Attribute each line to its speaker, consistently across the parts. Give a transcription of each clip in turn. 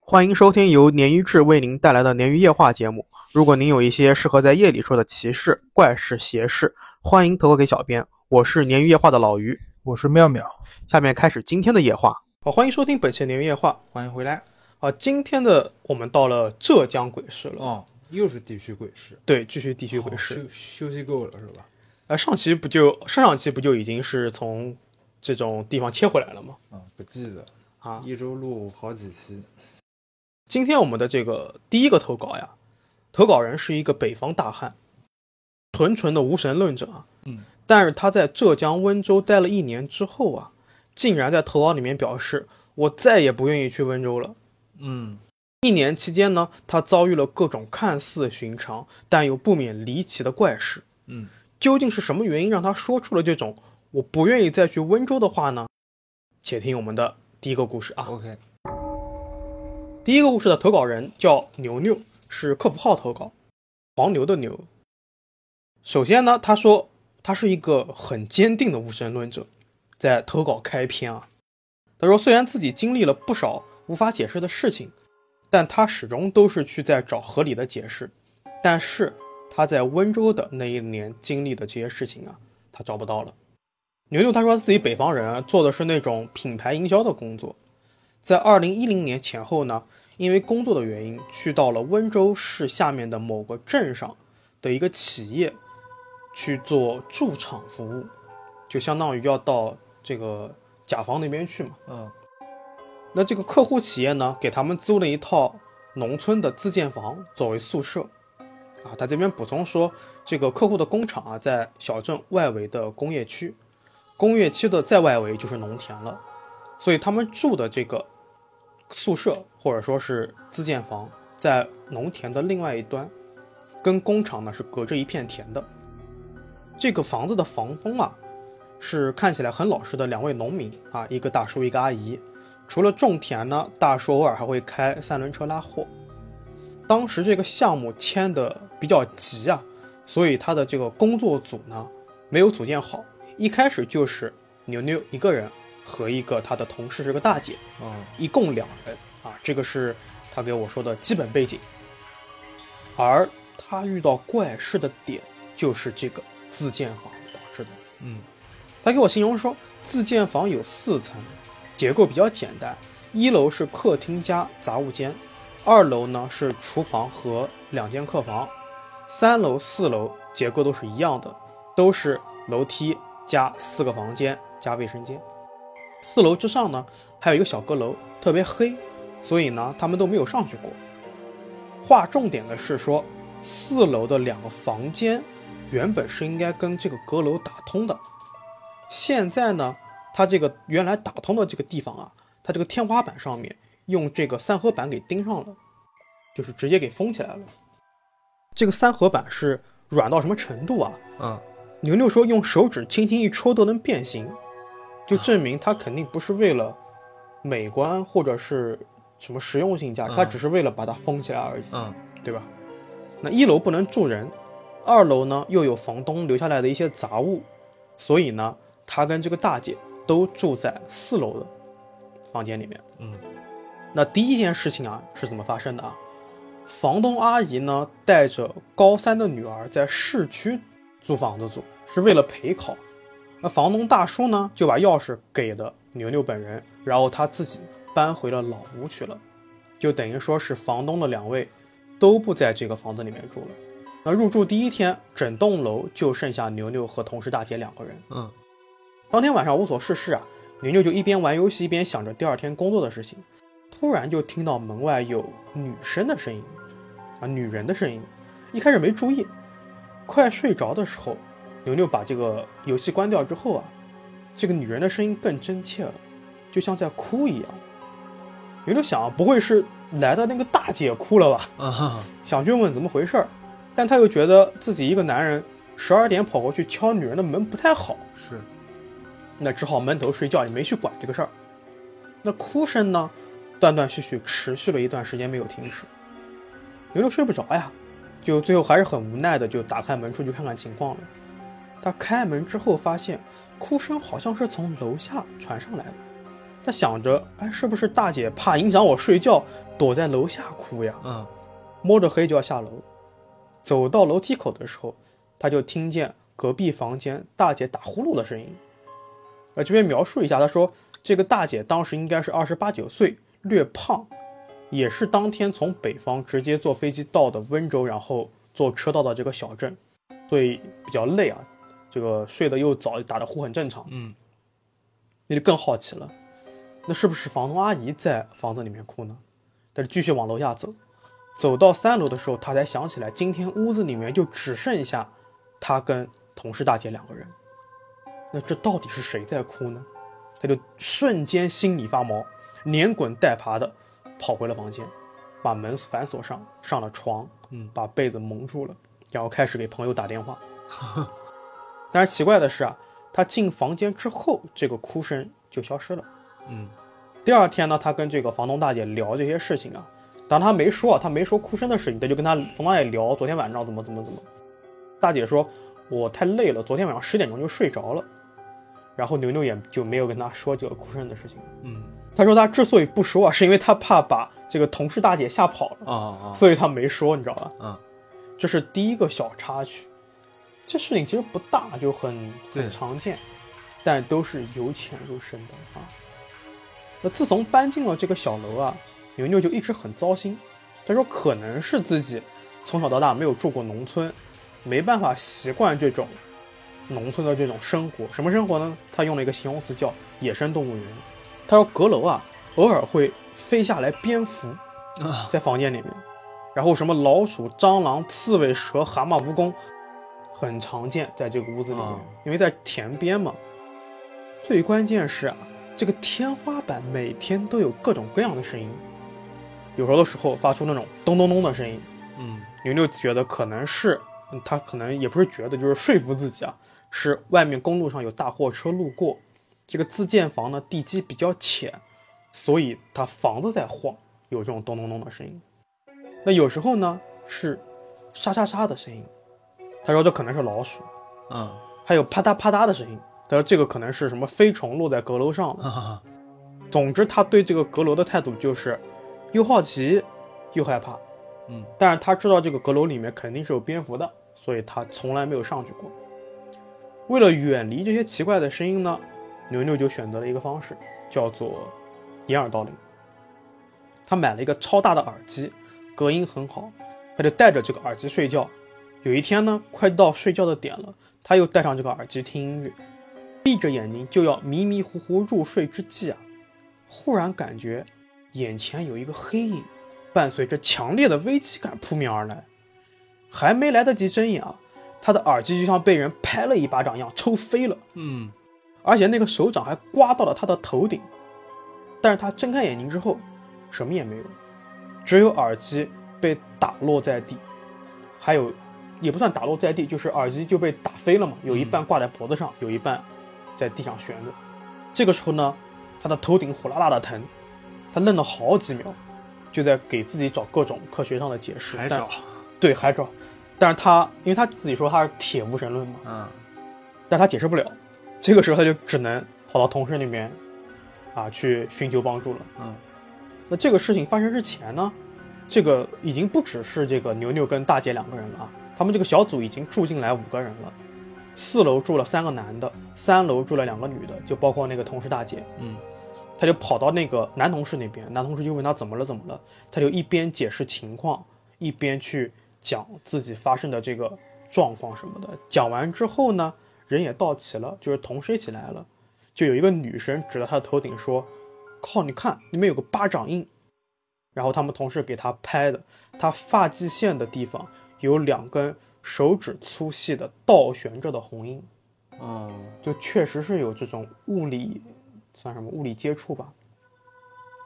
Speaker 1: 欢迎收听由鲶鱼志为您带来的鲶鱼夜话节目。如果您有一些适合在夜里说的奇事、怪事、邪事，欢迎投稿给小编。我是鲶鱼夜话的老于，
Speaker 2: 我是妙妙。
Speaker 1: 下面开始今天的夜话。好，欢迎收听本期鲶鱼夜话。
Speaker 2: 欢迎回来
Speaker 1: 啊，今天的我们到了浙江鬼市了。
Speaker 2: 哦，又是地区鬼市，
Speaker 1: 对，继续地区
Speaker 2: 哦
Speaker 1: 鬼市。
Speaker 2: 休休息够了是吧？
Speaker 1: 呃，上期不就上上期不就已经是从这种地方切回来了吗？
Speaker 2: 啊、不记得
Speaker 1: 啊，
Speaker 2: 一周录好几期，
Speaker 1: 今天我们的这个第一个投稿呀，投稿人是一个北方大汉，纯纯的无神论者啊。
Speaker 2: 嗯，
Speaker 1: 但是他在浙江温州待了一年之后啊，竟然在投稿里面表示，我再也不愿意去温州了。
Speaker 2: 嗯，
Speaker 1: 一年期间呢，他遭遇了各种看似寻常但又不免离奇的怪事。
Speaker 2: 嗯，
Speaker 1: 究竟是什么原因让他说出了这种我不愿意再去温州的话呢？且听我们的第一个故事啊。
Speaker 2: ，OK，
Speaker 1: 第一个故事的投稿人叫牛牛，是客服号投稿，黄牛的牛。首先呢，他说他是一个很坚定的无神论者，在投稿开篇啊，他说虽然自己经历了不少无法解释的事情，但他始终都是去在找合理的解释。但是他在温州的那一年经历的这些事情啊，他找不到了。牛牛他说自己北方人啊，做的是那种品牌营销的工作，在二零一零年前后呢，因为工作的原因，去到了温州市下面的某个镇上的一个企业去做驻场服务，就相当于要到这个甲方那边去嘛。
Speaker 2: 嗯
Speaker 1: 那这个客户企业呢，给他们租了一套农村的自建房作为宿舍。啊，他这边补充说，这个客户的工厂啊，在小镇外围的工业区，工业区的再外围就是农田了，所以他们住的这个宿舍或者说是自建房，在农田的另外一端，跟工厂呢是隔着一片田的。这个房子的房东啊，是看起来很老实的两位农民啊，一个大叔一个阿姨。除了种田呢，大叔偶尔还会开三轮车拉货。当时这个项目签的比较急啊，所以他的这个工作组呢没有组建好，一开始就是牛牛一个人和一个他的同事是个大姐，
Speaker 2: 哦，
Speaker 1: 一共两人啊，这个是他给我说的基本背景。而他遇到怪事的点就是这个自建房导致的。
Speaker 2: 嗯
Speaker 1: 他给我形容说，自建房有四层，结构比较简单。一楼是客厅加杂物间，二楼呢是厨房和两间客房，三楼、四楼结构都是一样的，都是楼梯加四个房间加卫生间。四楼之上呢还有一个小阁楼，特别黑，所以呢他们都没有上去过。划重点的是说，四楼的两个房间原本是应该跟这个阁楼打通的，现在呢，它这个原来打通的这个地方啊，它这个天花板上面用这个三合板给钉上了，就是直接给封起来了。这个三合板是软到什么程度啊？
Speaker 2: 啊，
Speaker 1: 牛牛说用手指轻轻一戳都能变形，就证明它肯定不是为了美观或者是什么实用性价值，它
Speaker 2: 嗯
Speaker 1: 只是为了把它封起来而已。
Speaker 2: 嗯
Speaker 1: 对吧？那一楼不能住人，二楼呢又有房东留下来的一些杂物，所以呢，他跟这个大姐都住在四楼的房间里面。
Speaker 2: 嗯，
Speaker 1: 那第一件事情啊是怎么发生的啊？房东阿姨呢带着高三的女儿在市区租房子住，是为了陪考。那房东大叔呢就把钥匙给了牛牛本人，然后他自己搬回了老屋去了，就等于说是房东的两位都不在这个房子里面住了。那入住第一天，整栋楼就剩下牛牛和同事大姐两个人。
Speaker 2: 嗯
Speaker 1: 当天晚上无所事事啊，牛牛就一边玩游戏一边想着第二天工作的事情，突然就听到门外有女生的声音，啊，女人的声音。一开始没注意，快睡着的时候，牛牛把这个游戏关掉之后啊，这个女人的声音更真切了，就像在哭一样。牛牛想，啊不会是来的那个大姐哭了吧？
Speaker 2: 啊哈，
Speaker 1: 想去问怎么回事儿，但他又觉得自己一个男人十二点跑过去敲女人的门不太好，
Speaker 2: 是，
Speaker 1: 那只好闷头睡觉，也没去管这个事儿。那哭声呢，断断续续持续了一段时间没有停止。牛牛睡不着呀，就最后还是很无奈的就打开门出去看看情况了。他开门之后发现，哭声好像是从楼下传上来的，他想着，哎，是不是大姐怕影响我睡觉，躲在楼下哭呀？
Speaker 2: 嗯，
Speaker 1: 摸着黑就要下楼。走到楼梯口的时候，他就听见隔壁房间大姐打呼噜的声音。呃，这边描述一下，他说这个大姐当时应该是二十八九岁，略胖，也是当天从北方直接坐飞机到的温州，然后坐车到的这个小镇，所以比较累啊。这个睡得又早，打的呼很正常。
Speaker 2: 嗯，
Speaker 1: 那就更好奇了，那是不是房东阿姨在房子里面哭呢？但是继续往楼下走，走到三楼的时候，他才想起来，今天屋子里面就只剩下他跟同事大姐两个人。那这到底是谁在哭呢？他就瞬间心里发毛，连滚带爬的跑回了房间，把门反锁上，上了床，
Speaker 2: 嗯，
Speaker 1: 把被子蒙住了，然后开始给朋友打电话。但是奇怪的是啊，他进房间之后，这个哭声就消失了。
Speaker 2: 嗯，
Speaker 1: 第二天呢，他跟这个房东大姐聊这些事情啊，当然他没说，啊，他没说哭声的事情，他就跟他房东大姐聊昨天晚上怎么怎么怎么。大姐说：“我太累了，昨天晚上十点钟就睡着了。”然后牛牛也就没有跟他说这个哭声的事情。
Speaker 2: 嗯，
Speaker 1: 他说他之所以不说啊，是因为他怕把这个同事大姐吓跑了。
Speaker 2: 啊啊，
Speaker 1: 所以他没说，你知道吧？
Speaker 2: 嗯，
Speaker 1: 这是第一个小插曲。这事情其实不大，就很很
Speaker 2: 对
Speaker 1: 常见，但都是由浅入深的啊。那自从搬进了这个小楼啊，牛牛就一直很糟心。他说，可能是自己从小到大没有住过农村，没办法习惯这种农村的这种生活。什么生活呢？他用了一个形容词叫“野生动物园”。他说，阁楼啊，偶尔会飞下来蝙蝠，
Speaker 2: 啊
Speaker 1: 在房间里面，然后什么老鼠、蟑螂、刺猬、蛇、蛤蟆、蜈蚣，很常见在这个屋子里面，
Speaker 2: 啊
Speaker 1: 因为在田边嘛。最关键是啊，这个天花板每天都有各种各样的声音，有时候的时候发出那种咚咚咚的声音，
Speaker 2: 嗯，
Speaker 1: 牛牛觉得可能是嗯他可能也不是觉得，就是说服自己啊，是外面公路上有大货车路过，这个自建房呢地基比较浅，所以它房子在晃，有这种咚咚咚的声音。那有时候呢是沙沙沙的声音，他说这可能是老鼠，
Speaker 2: 啊
Speaker 1: 还有啪嗒啪嗒的声音，他说这个可能是什么飞虫落在阁楼上了。
Speaker 2: 啊，
Speaker 1: 总之，他对这个阁楼的态度就是又好奇又害怕。
Speaker 2: 嗯，
Speaker 1: 但是他知道这个阁楼里面肯定是有蝙蝠的，所以他从来没有上去过。为了远离这些奇怪的声音呢，牛牛就选择了一个方式，叫做掩耳盗铃。他买了一个超大的耳机，隔音很好，他就戴着这个耳机睡觉。有一天呢，快到睡觉的点了，他又戴上这个耳机听音乐，闭着眼睛就要迷迷糊糊入睡之际啊，忽然感觉眼前有一个黑影，伴随着强烈的危机感扑面而来。还没来得及睁眼啊，他的耳机就像被人拍了一巴掌一样抽飞了，
Speaker 2: 嗯
Speaker 1: 而且那个手掌还刮到了他的头顶。但是他睁开眼睛之后，什么也没有，只有耳机被打落在地，还有也不算打落在地，就是耳机就被打飞了嘛，有一半挂在脖子上，有一半在地上悬着。这个时候呢，他的头顶火辣辣的疼，他愣了好几秒，就在给自己找各种科学上的解释，
Speaker 2: 还
Speaker 1: 但
Speaker 2: 找，
Speaker 1: 对还找，但是他因为他自己说他是铁无神论嘛，
Speaker 2: 嗯
Speaker 1: 但他解释不了，这个时候他就只能跑到同事那边，啊，去寻求帮助了。
Speaker 2: 嗯
Speaker 1: 那这个事情发生之前呢，这个已经不只是这个牛牛跟大姐两个人了啊，他们这个小组已经住进来五个人了，四楼住了三个男的，三楼住了两个女的，就包括那个同事大姐。
Speaker 2: 嗯
Speaker 1: 他就跑到那个男同事那边，男同事就问他怎么了怎么了，他就一边解释情况，一边去讲自己发生的这个状况什么的。讲完之后呢，人也到齐了，就是同事一起来了，就有一个女生指着他的头顶说：“靠，你看那边有个巴掌印。”然后他们同事给他拍的，他发际线的地方有两根手指粗细的倒悬着的红印。
Speaker 2: 哦，
Speaker 1: 就确实是有这种物理，算什么物理接触吧？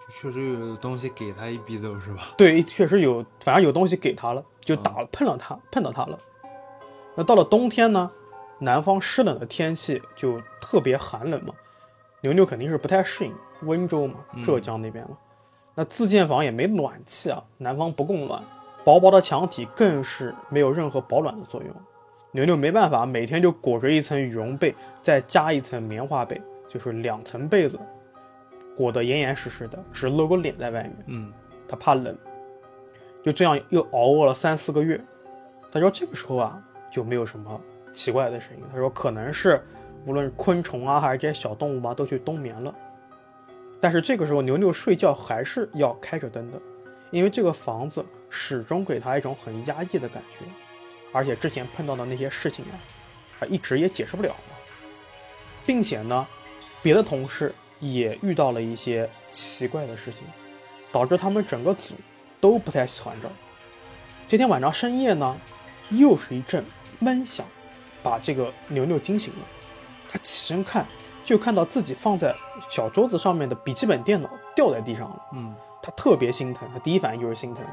Speaker 2: 就确实有东西给他一逼斗是吧？
Speaker 1: 对，确实有，反正有东西给他了，就打碰了他，碰到他了。那到了冬天呢，南方湿冷的天气就特别寒冷嘛，牛牛肯定是不太适应。温州嘛，浙江那边嘛，那自建房也没暖气啊，南方不供暖，薄薄的墙体更是没有任何保暖的作用。牛牛没办法，每天就裹着一层羽绒被，再加一层棉花被，就是两层被子，裹得严严实实的，只露个脸在外面。
Speaker 2: 嗯，
Speaker 1: 他怕冷，就这样又熬过了三四个月。他说这个时候啊，就没有什么奇怪的声音。他说可能是无论是昆虫啊，还是这些小动物啊，都去冬眠了。但是这个时候，牛牛睡觉还是要开着灯的，因为这个房子始终给他一种很压抑的感觉，而且之前碰到的那些事情啊，他一直也解释不了，并且呢，别的同事也遇到了一些奇怪的事情。导致他们整个组都不太喜欢这儿。这天晚上深夜呢，又是一阵闷响，把这个牛牛惊醒了。他起身看，就看到自己放在小桌子上面的笔记本电脑掉在地上了。
Speaker 2: 嗯，
Speaker 1: 他特别心疼，他第一反应就是心疼，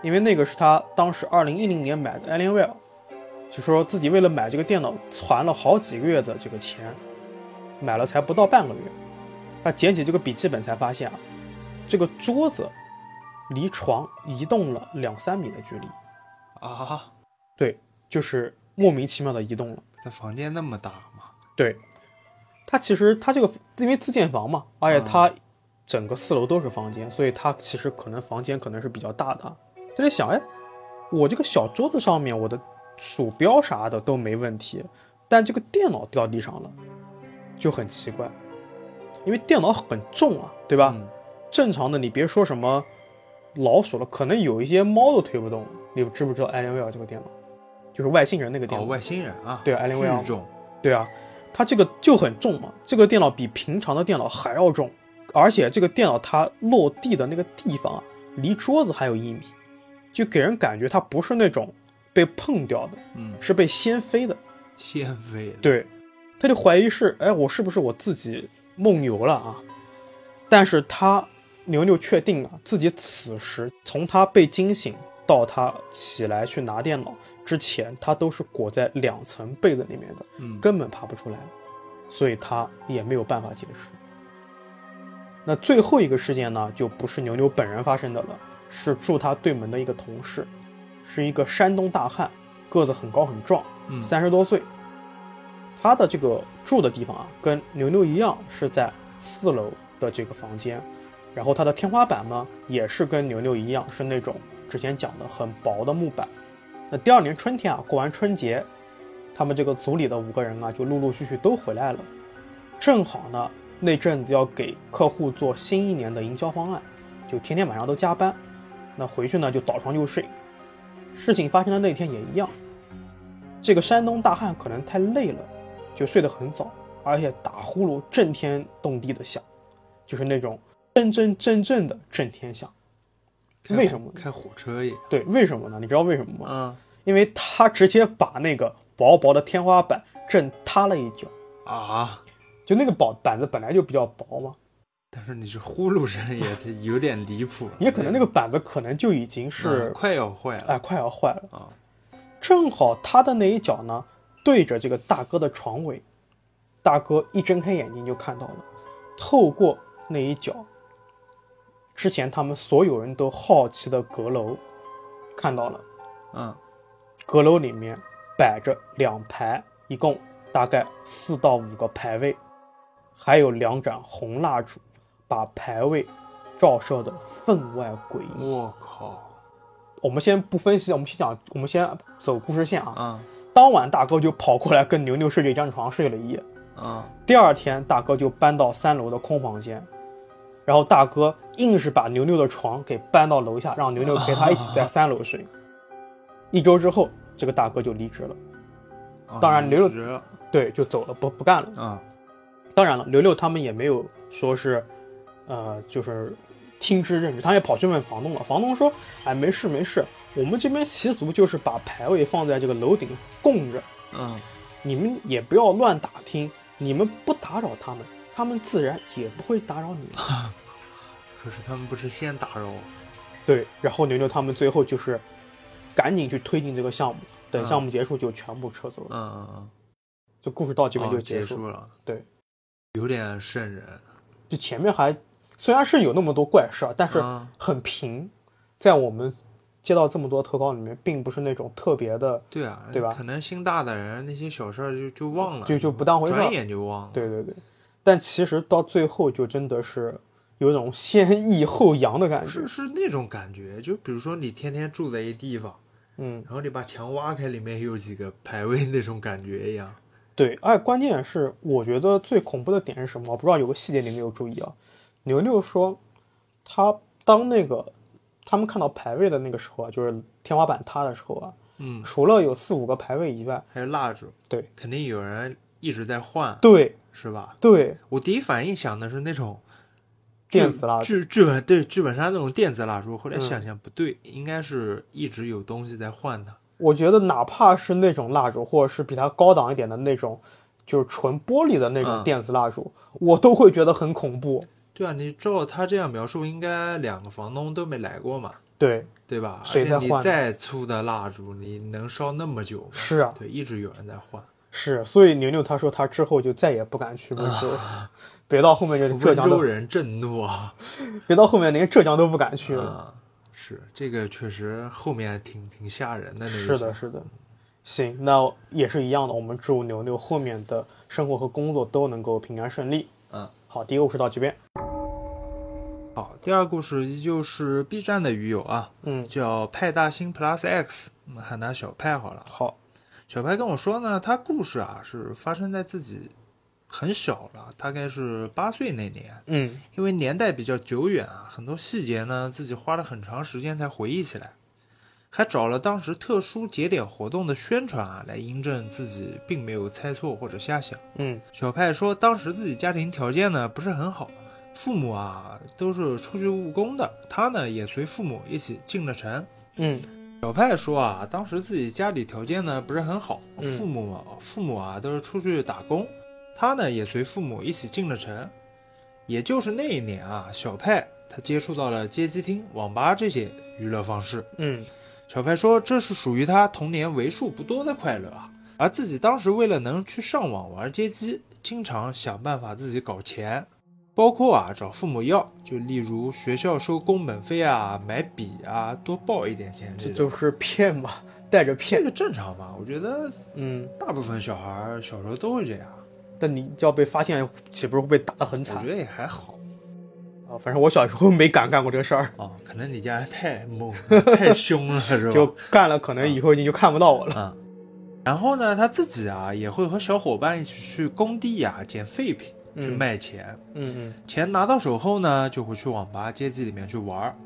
Speaker 1: 因为那个是他当时二零一零年买的 Alienware，就说自己为了买这个电脑攒了好几个月的这个钱，买了才不到半个月。他捡起这个笔记本才发现啊，这个桌子离床移动了两三米的距离，
Speaker 2: 啊，
Speaker 1: 对，就是莫名其妙的移动了。
Speaker 2: 那房间那么大吗？
Speaker 1: 对，它其实它这个因为自建房嘛，而且
Speaker 2: 嗯
Speaker 1: 它整个四楼都是房间，所以它其实可能房间可能是比较大的啊。就在想，哎，我这个小桌子上面我的鼠标啥的都没问题，但这个电脑掉地上了，就很奇怪，因为电脑很重啊，对吧？
Speaker 2: 嗯
Speaker 1: 正常的你别说什么老鼠了，可能有一些猫都推不动。你知不知道 Alienware 这个电脑？就是外星人那个电脑。
Speaker 2: 哦，外星人啊，
Speaker 1: 对，Alien Whale
Speaker 2: 巨重，
Speaker 1: 对啊，它这个就很重嘛，这个电脑比平常的电脑还要重，而且这个电脑它落地的那个地方啊，离桌子还有一米，就给人感觉它不是那种被碰掉的，
Speaker 2: 嗯，
Speaker 1: 是被掀飞的。
Speaker 2: 纤维，，
Speaker 1: 对，他就怀疑是，哎，我是不是我自己梦游了啊？但是他牛牛确定啊，自己此时从他被惊醒到他起来去拿电脑之前，他都是裹在两层被子里面的，
Speaker 2: 嗯，
Speaker 1: 根本爬不出来，所以他也没有办法解释。那最后一个事件呢，就不是牛牛本人发生的了，是住他对门的一个同事，是一个山东大汉，个子很高很壮，
Speaker 2: 嗯
Speaker 1: 三十多岁。他的这个住的地方啊，跟牛牛一样是在四楼的这个房间，然后它的天花板呢，也是跟牛牛一样是那种之前讲的很薄的木板。那第二年春天啊，过完春节，他们这个组里的五个人啊，就陆陆续续都回来了。正好呢，那阵子要给客户做新一年的营销方案，就天天晚上都加班。那回去呢，就倒床就睡。事情发生的那天也一样，这个山东大汉可能太累了，就睡得很早，而且打呼噜震天动地的响，就是那种真真正正的震天响。
Speaker 2: 开
Speaker 1: 为
Speaker 2: 火
Speaker 1: 什么呢啊
Speaker 2: 开火车也？
Speaker 1: 对，为什么呢？你知道为什么吗？
Speaker 2: 嗯
Speaker 1: 因为他直接把那个薄薄的天花板震塌了一角，
Speaker 2: 啊，
Speaker 1: 就那个薄板子本来就比较薄嘛，
Speaker 2: 但是你这呼噜声也 它有点离谱了，
Speaker 1: 也可能那个板子可能就已经是
Speaker 2: 嗯快要坏了
Speaker 1: 哎快要坏了，
Speaker 2: 啊，
Speaker 1: 正好他的那一脚呢对着这个大哥的床尾，大哥一睁开眼睛就看到了，透过那一脚，之前他们所有人都好奇的阁楼，看到了。
Speaker 2: 嗯，
Speaker 1: 阁楼里面摆着两排，一共大概四到五个牌位，还有两盏红蜡烛，把牌位照射的分外诡异。
Speaker 2: 我靠，
Speaker 1: 我们先不分析，我们先讲，我们先走故事线啊。
Speaker 2: 啊
Speaker 1: 当晚大哥就跑过来跟牛牛睡这张床睡了一夜，
Speaker 2: 啊，
Speaker 1: 第二天大哥就搬到三楼的空房间。然后大哥硬是把牛牛的床给搬到楼下，让牛牛陪他一起在三楼睡。一周之后，这个大哥就离职了。
Speaker 2: 啊
Speaker 1: 当然嗯留
Speaker 2: 离职了
Speaker 1: 对，就走了，不不干了。
Speaker 2: 啊，
Speaker 1: 当然了，刘六他们也没有说是，呃，就是听之任之，他也跑去问房东了。房东说：“哎，没事没事，我们这边习俗就是把牌位放在这个楼顶供着，
Speaker 2: 嗯
Speaker 1: 你们也不要乱打听，你们不打扰他们，他们自然也不会打扰你们。
Speaker 2: 可是他们不是先打扰我？
Speaker 1: 对，然后牛牛他们最后就是赶紧去推进这个项目，等
Speaker 2: 嗯
Speaker 1: 项目结束就全部撤走了。
Speaker 2: 嗯嗯嗯，
Speaker 1: 这故事到这边
Speaker 2: 哦
Speaker 1: 就
Speaker 2: 结
Speaker 1: 束了。
Speaker 2: 了。
Speaker 1: 对，
Speaker 2: 有点瘆人。
Speaker 1: 就前面还虽然是有那么多怪事儿，但是
Speaker 2: 啊，
Speaker 1: 很平，在我们接到这么多投稿里面，并不是那种特别的，
Speaker 2: 对啊，
Speaker 1: 对吧
Speaker 2: 可能心大的人那些小事儿就就忘了，
Speaker 1: 就就不当回事儿
Speaker 2: 转眼就忘了。
Speaker 1: 对对对。但其实到最后就真的是有一种先抑后扬的感觉
Speaker 2: 是。是那种感觉，就比如说你天天住在一地方，
Speaker 1: 嗯，
Speaker 2: 然后你把墙挖开，里面有几个排位那种感觉 一样。
Speaker 1: 对，哎，关键是我觉得最恐怖的点是什么？我不知道有个细节你没有注意啊。牛牛说，他当那个他们看到排位的那个时候啊，就是天花板塌的时候啊，
Speaker 2: 嗯，
Speaker 1: 除了有四五个排位以外，
Speaker 2: 还有蜡烛，
Speaker 1: 对，
Speaker 2: 肯定有人一直在换，
Speaker 1: 对
Speaker 2: 是吧？
Speaker 1: 对，
Speaker 2: 我第一反应想的是那种剧
Speaker 1: 电磁蜡烛，
Speaker 2: 剧剧本对剧本杀那种电子蜡烛，后来
Speaker 1: 嗯
Speaker 2: 想想不对，应该是一直有东西在换它。
Speaker 1: 我觉得哪怕是那种蜡烛，或者是比它高档一点的那种，就是纯玻璃的那种
Speaker 2: 嗯
Speaker 1: 电子蜡烛，我都会觉得很恐怖。
Speaker 2: 对啊，你照他这样描述，应该两个房东都没来过嘛，
Speaker 1: 对，
Speaker 2: 对吧？
Speaker 1: 谁在
Speaker 2: 而
Speaker 1: 换
Speaker 2: 且你
Speaker 1: 呢
Speaker 2: 再粗的蜡烛，你能烧那么久吗？
Speaker 1: 是啊，
Speaker 2: 对，一直有人在换。
Speaker 1: 是，所以牛牛他说他之后就再也不敢去温州了，别到后面就是浙
Speaker 2: 啊温
Speaker 1: 江都
Speaker 2: 州人震怒啊！
Speaker 1: 别到后面连浙江都不敢去了。
Speaker 2: 啊，是这个确实后面挺挺吓人的那
Speaker 1: 是
Speaker 2: 个。
Speaker 1: 的，，是的。行，那也是一样的，我们祝牛牛后面的生活和工作都能够平安顺利。
Speaker 2: 嗯，
Speaker 1: 好，第一个故事到这边。
Speaker 2: 好。第二故事依旧是 B 站的鱼友啊，
Speaker 1: 嗯，
Speaker 2: 叫派大星 Plus X，我们喊他小派好了。
Speaker 1: 好，
Speaker 2: 小派跟我说呢，他故事啊是发生在自己很小了，大概是八岁那年。
Speaker 1: 嗯
Speaker 2: 因为年代比较久远啊，很多细节呢自己花了很长时间才回忆起来，还找了当时特殊节点活动的宣传啊来印证自己并没有猜错或者瞎想。
Speaker 1: 嗯
Speaker 2: 小派说，当时自己家庭条件呢不是很好，父母啊都是出去务工的，他呢也随父母一起进了城。
Speaker 1: 嗯
Speaker 2: 小派说啊，当时自己家里条件呢不是很好，
Speaker 1: 嗯
Speaker 2: 父母啊父母啊都是出去打工，他呢也随父母一起进了城。也就是那一年啊，小派他接触到了街机厅、网吧这些娱乐方式。
Speaker 1: 嗯
Speaker 2: 小派说，这是属于他童年为数不多的快乐啊。而自己当时为了能去上网玩街机，经常想办法自己搞钱，包括啊找父母要，就例如学校收工本费啊、买笔啊，多报一点钱
Speaker 1: 这
Speaker 2: 种
Speaker 1: 就是骗嘛，带着
Speaker 2: 这
Speaker 1: 骗。
Speaker 2: 个正常吧？我觉得
Speaker 1: 嗯，
Speaker 2: 大部分小孩儿小时候都会这样，
Speaker 1: 但你要被发现，岂不是会被打得很
Speaker 2: 我
Speaker 1: 惨
Speaker 2: 觉得也还好
Speaker 1: 啊？反正我小时候没敢干过这个事儿，
Speaker 2: 啊。可能你家人太猛了、太凶了，是吧？
Speaker 1: 就干了，可能以后你就看不到我了。
Speaker 2: 啊、然后呢，他自己啊也会和小伙伴一起去工地啊捡废品去
Speaker 1: 嗯
Speaker 2: 卖钱，
Speaker 1: 嗯嗯
Speaker 2: 钱拿到手后呢，就会去网吧街机里面去玩儿。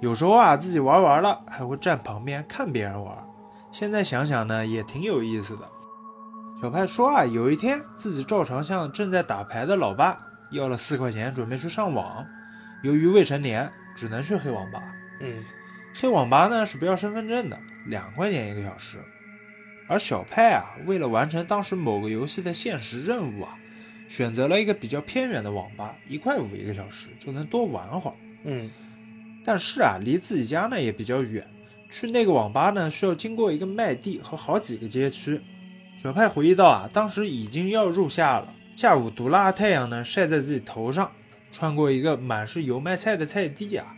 Speaker 2: 有时候啊，自己玩完了，还会站旁边看别人玩儿。现在想想呢，也挺有意思的。小派说啊，有一天自己照常向正在打牌的老爸要了四块钱，准备去上网。由于未成年，只能去黑网吧。
Speaker 1: 嗯
Speaker 2: 黑网吧呢是不要身份证的，两块钱一个小时。而小派啊，为了完成当时某个游戏的限时任务啊，选择了一个比较偏远的网吧，一块五一个小时就能多玩会儿。
Speaker 1: 嗯
Speaker 2: 但是啊，离自己家呢也比较远，去那个网吧呢需要经过一个麦地和好几个街区。小派回忆到啊，当时已经要入夏了，下午毒辣的太阳呢晒在自己头上，穿过一个满是油麦菜的菜地啊，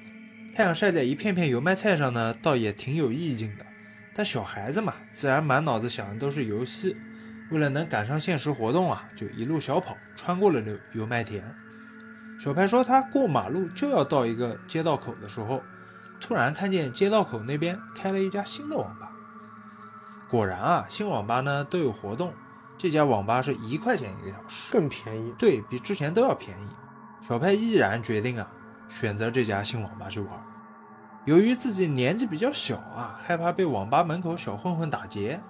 Speaker 2: 太阳晒在一片片油麦菜上呢，倒也挺有意境的。但小孩子嘛，自然满脑子想的都是游戏，为了能赶上现实活动啊，就一路小跑穿过了油油麦田。小派说，他过马路就要到一个街道口的时候，突然看见街道口那边开了一家新的网吧。果然啊，新网吧呢都有活动，这家网吧是一块钱一个小时，
Speaker 1: 更便宜。
Speaker 2: 对比之前都要便宜。小派毅然决定啊，选择这家新网吧去玩。由于自己年纪比较小啊，害怕被网吧门口小混混打劫，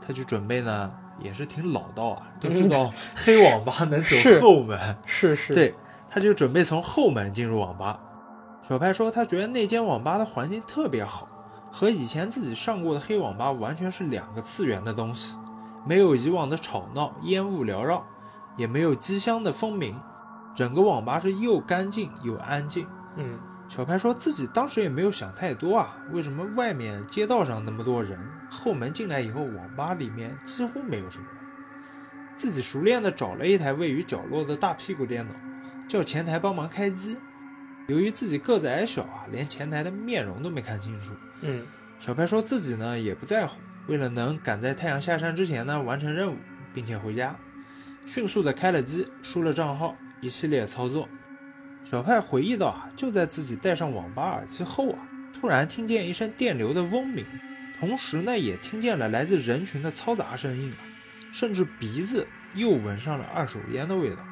Speaker 2: 他就准备呢，也是挺老道啊，都知道黑网吧能走
Speaker 1: 是
Speaker 2: 后门，
Speaker 1: 是是，
Speaker 2: 对，他就准备从后门进入网吧。小派说，他觉得那间网吧的环境特别好，和以前自己上过的黑网吧完全是两个次元的东西，没有以往的吵闹、烟雾缭绕，也没有机箱的蜂鸣，整个网吧是又干净又安静。
Speaker 1: 嗯
Speaker 2: 小派说自己当时也没有想太多啊，为什么外面街道上那么多人，后门进来以后，网吧里面几乎没有什么人。自己熟练的找了一台位于角落的大屁股电脑，叫前台帮忙开机。由于自己个子矮小啊，连前台的面容都没看清楚。
Speaker 1: 嗯
Speaker 2: 小派说自己呢也不在乎，为了能赶在太阳下山之前呢完成任务，并且回家，迅速的开了机，输了账号，一系列操作。小派回忆到啊，就在自己戴上网吧耳机后啊，突然听见一声电流的嗡鸣，同时呢，也听见了来自人群的嘈杂声音啊，甚至鼻子又闻上了二手烟的味道。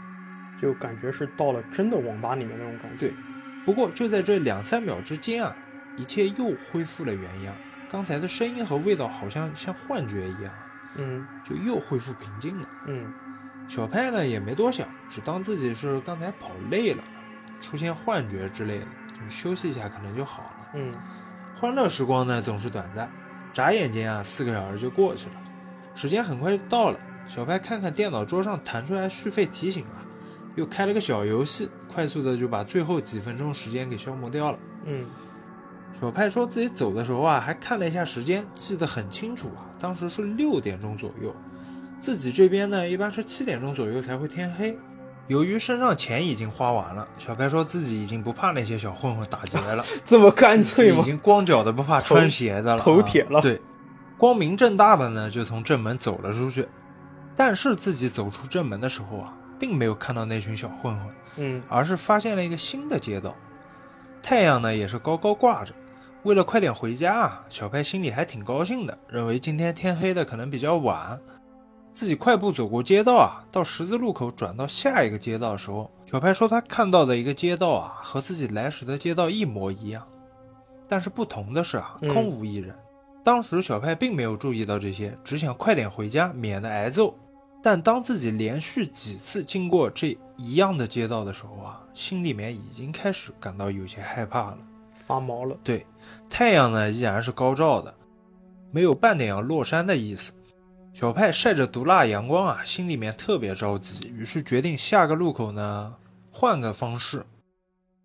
Speaker 1: 就感觉是到了真的网吧里面那种感觉。
Speaker 2: 对不过就在这两三秒之间啊，一切又恢复了原样，刚才的声音和味道好像像幻觉一样，啊
Speaker 1: 嗯
Speaker 2: 就又恢复平静了。
Speaker 1: 嗯
Speaker 2: 小派呢也没多想，只当自己是刚才跑累了，出现幻觉之类的，就休息一下可能就好了。
Speaker 1: 嗯，
Speaker 2: 欢乐时光呢总是短暂，眨眼间啊，四个小时就过去了，时间很快就到了。小派看看电脑桌上弹出来续费提醒啊，又开了个小游戏，快速的就把最后几分钟时间给消磨掉了。
Speaker 1: 嗯
Speaker 2: 小派说自己走的时候啊，还看了一下时间，记得很清楚啊，当时是六点钟左右。自己这边呢，一般是七点钟左右才会天黑。由于身上钱已经花完了，小派说自己已经不怕那些小混混打 劫了。
Speaker 1: 这么干脆
Speaker 2: 已
Speaker 1: 吗？
Speaker 2: 经光脚的不怕穿鞋的了啊，
Speaker 1: 头头铁了
Speaker 2: 对，光明正大的呢，就从正门走了出去。但是自己走出正门的时候啊，并没有看到那群小混混，
Speaker 1: 嗯
Speaker 2: 而是发现了一个新的街道。太阳呢也是高高挂着。为了快点回家啊，小派心里还挺高兴的，认为今天天黑的可能比较晚。自己快步走过街道啊，到十字路口转到下一个街道的时候，小派说他看到的一个街道啊，和自己来时的街道一模一样，但是不同的是啊，
Speaker 1: 嗯
Speaker 2: 空无一人。当时小派并没有注意到这些，只想快点回家，免得挨揍。但当自己连续几次经过这一样的街道的时候啊，心里面已经开始感到有些害怕了。
Speaker 1: 发毛了。
Speaker 2: 对，太阳呢依然是高照的，没有半点要落山的意思。小派晒着毒辣阳光啊，心里面特别着急，于是决定下个路口呢换个方式，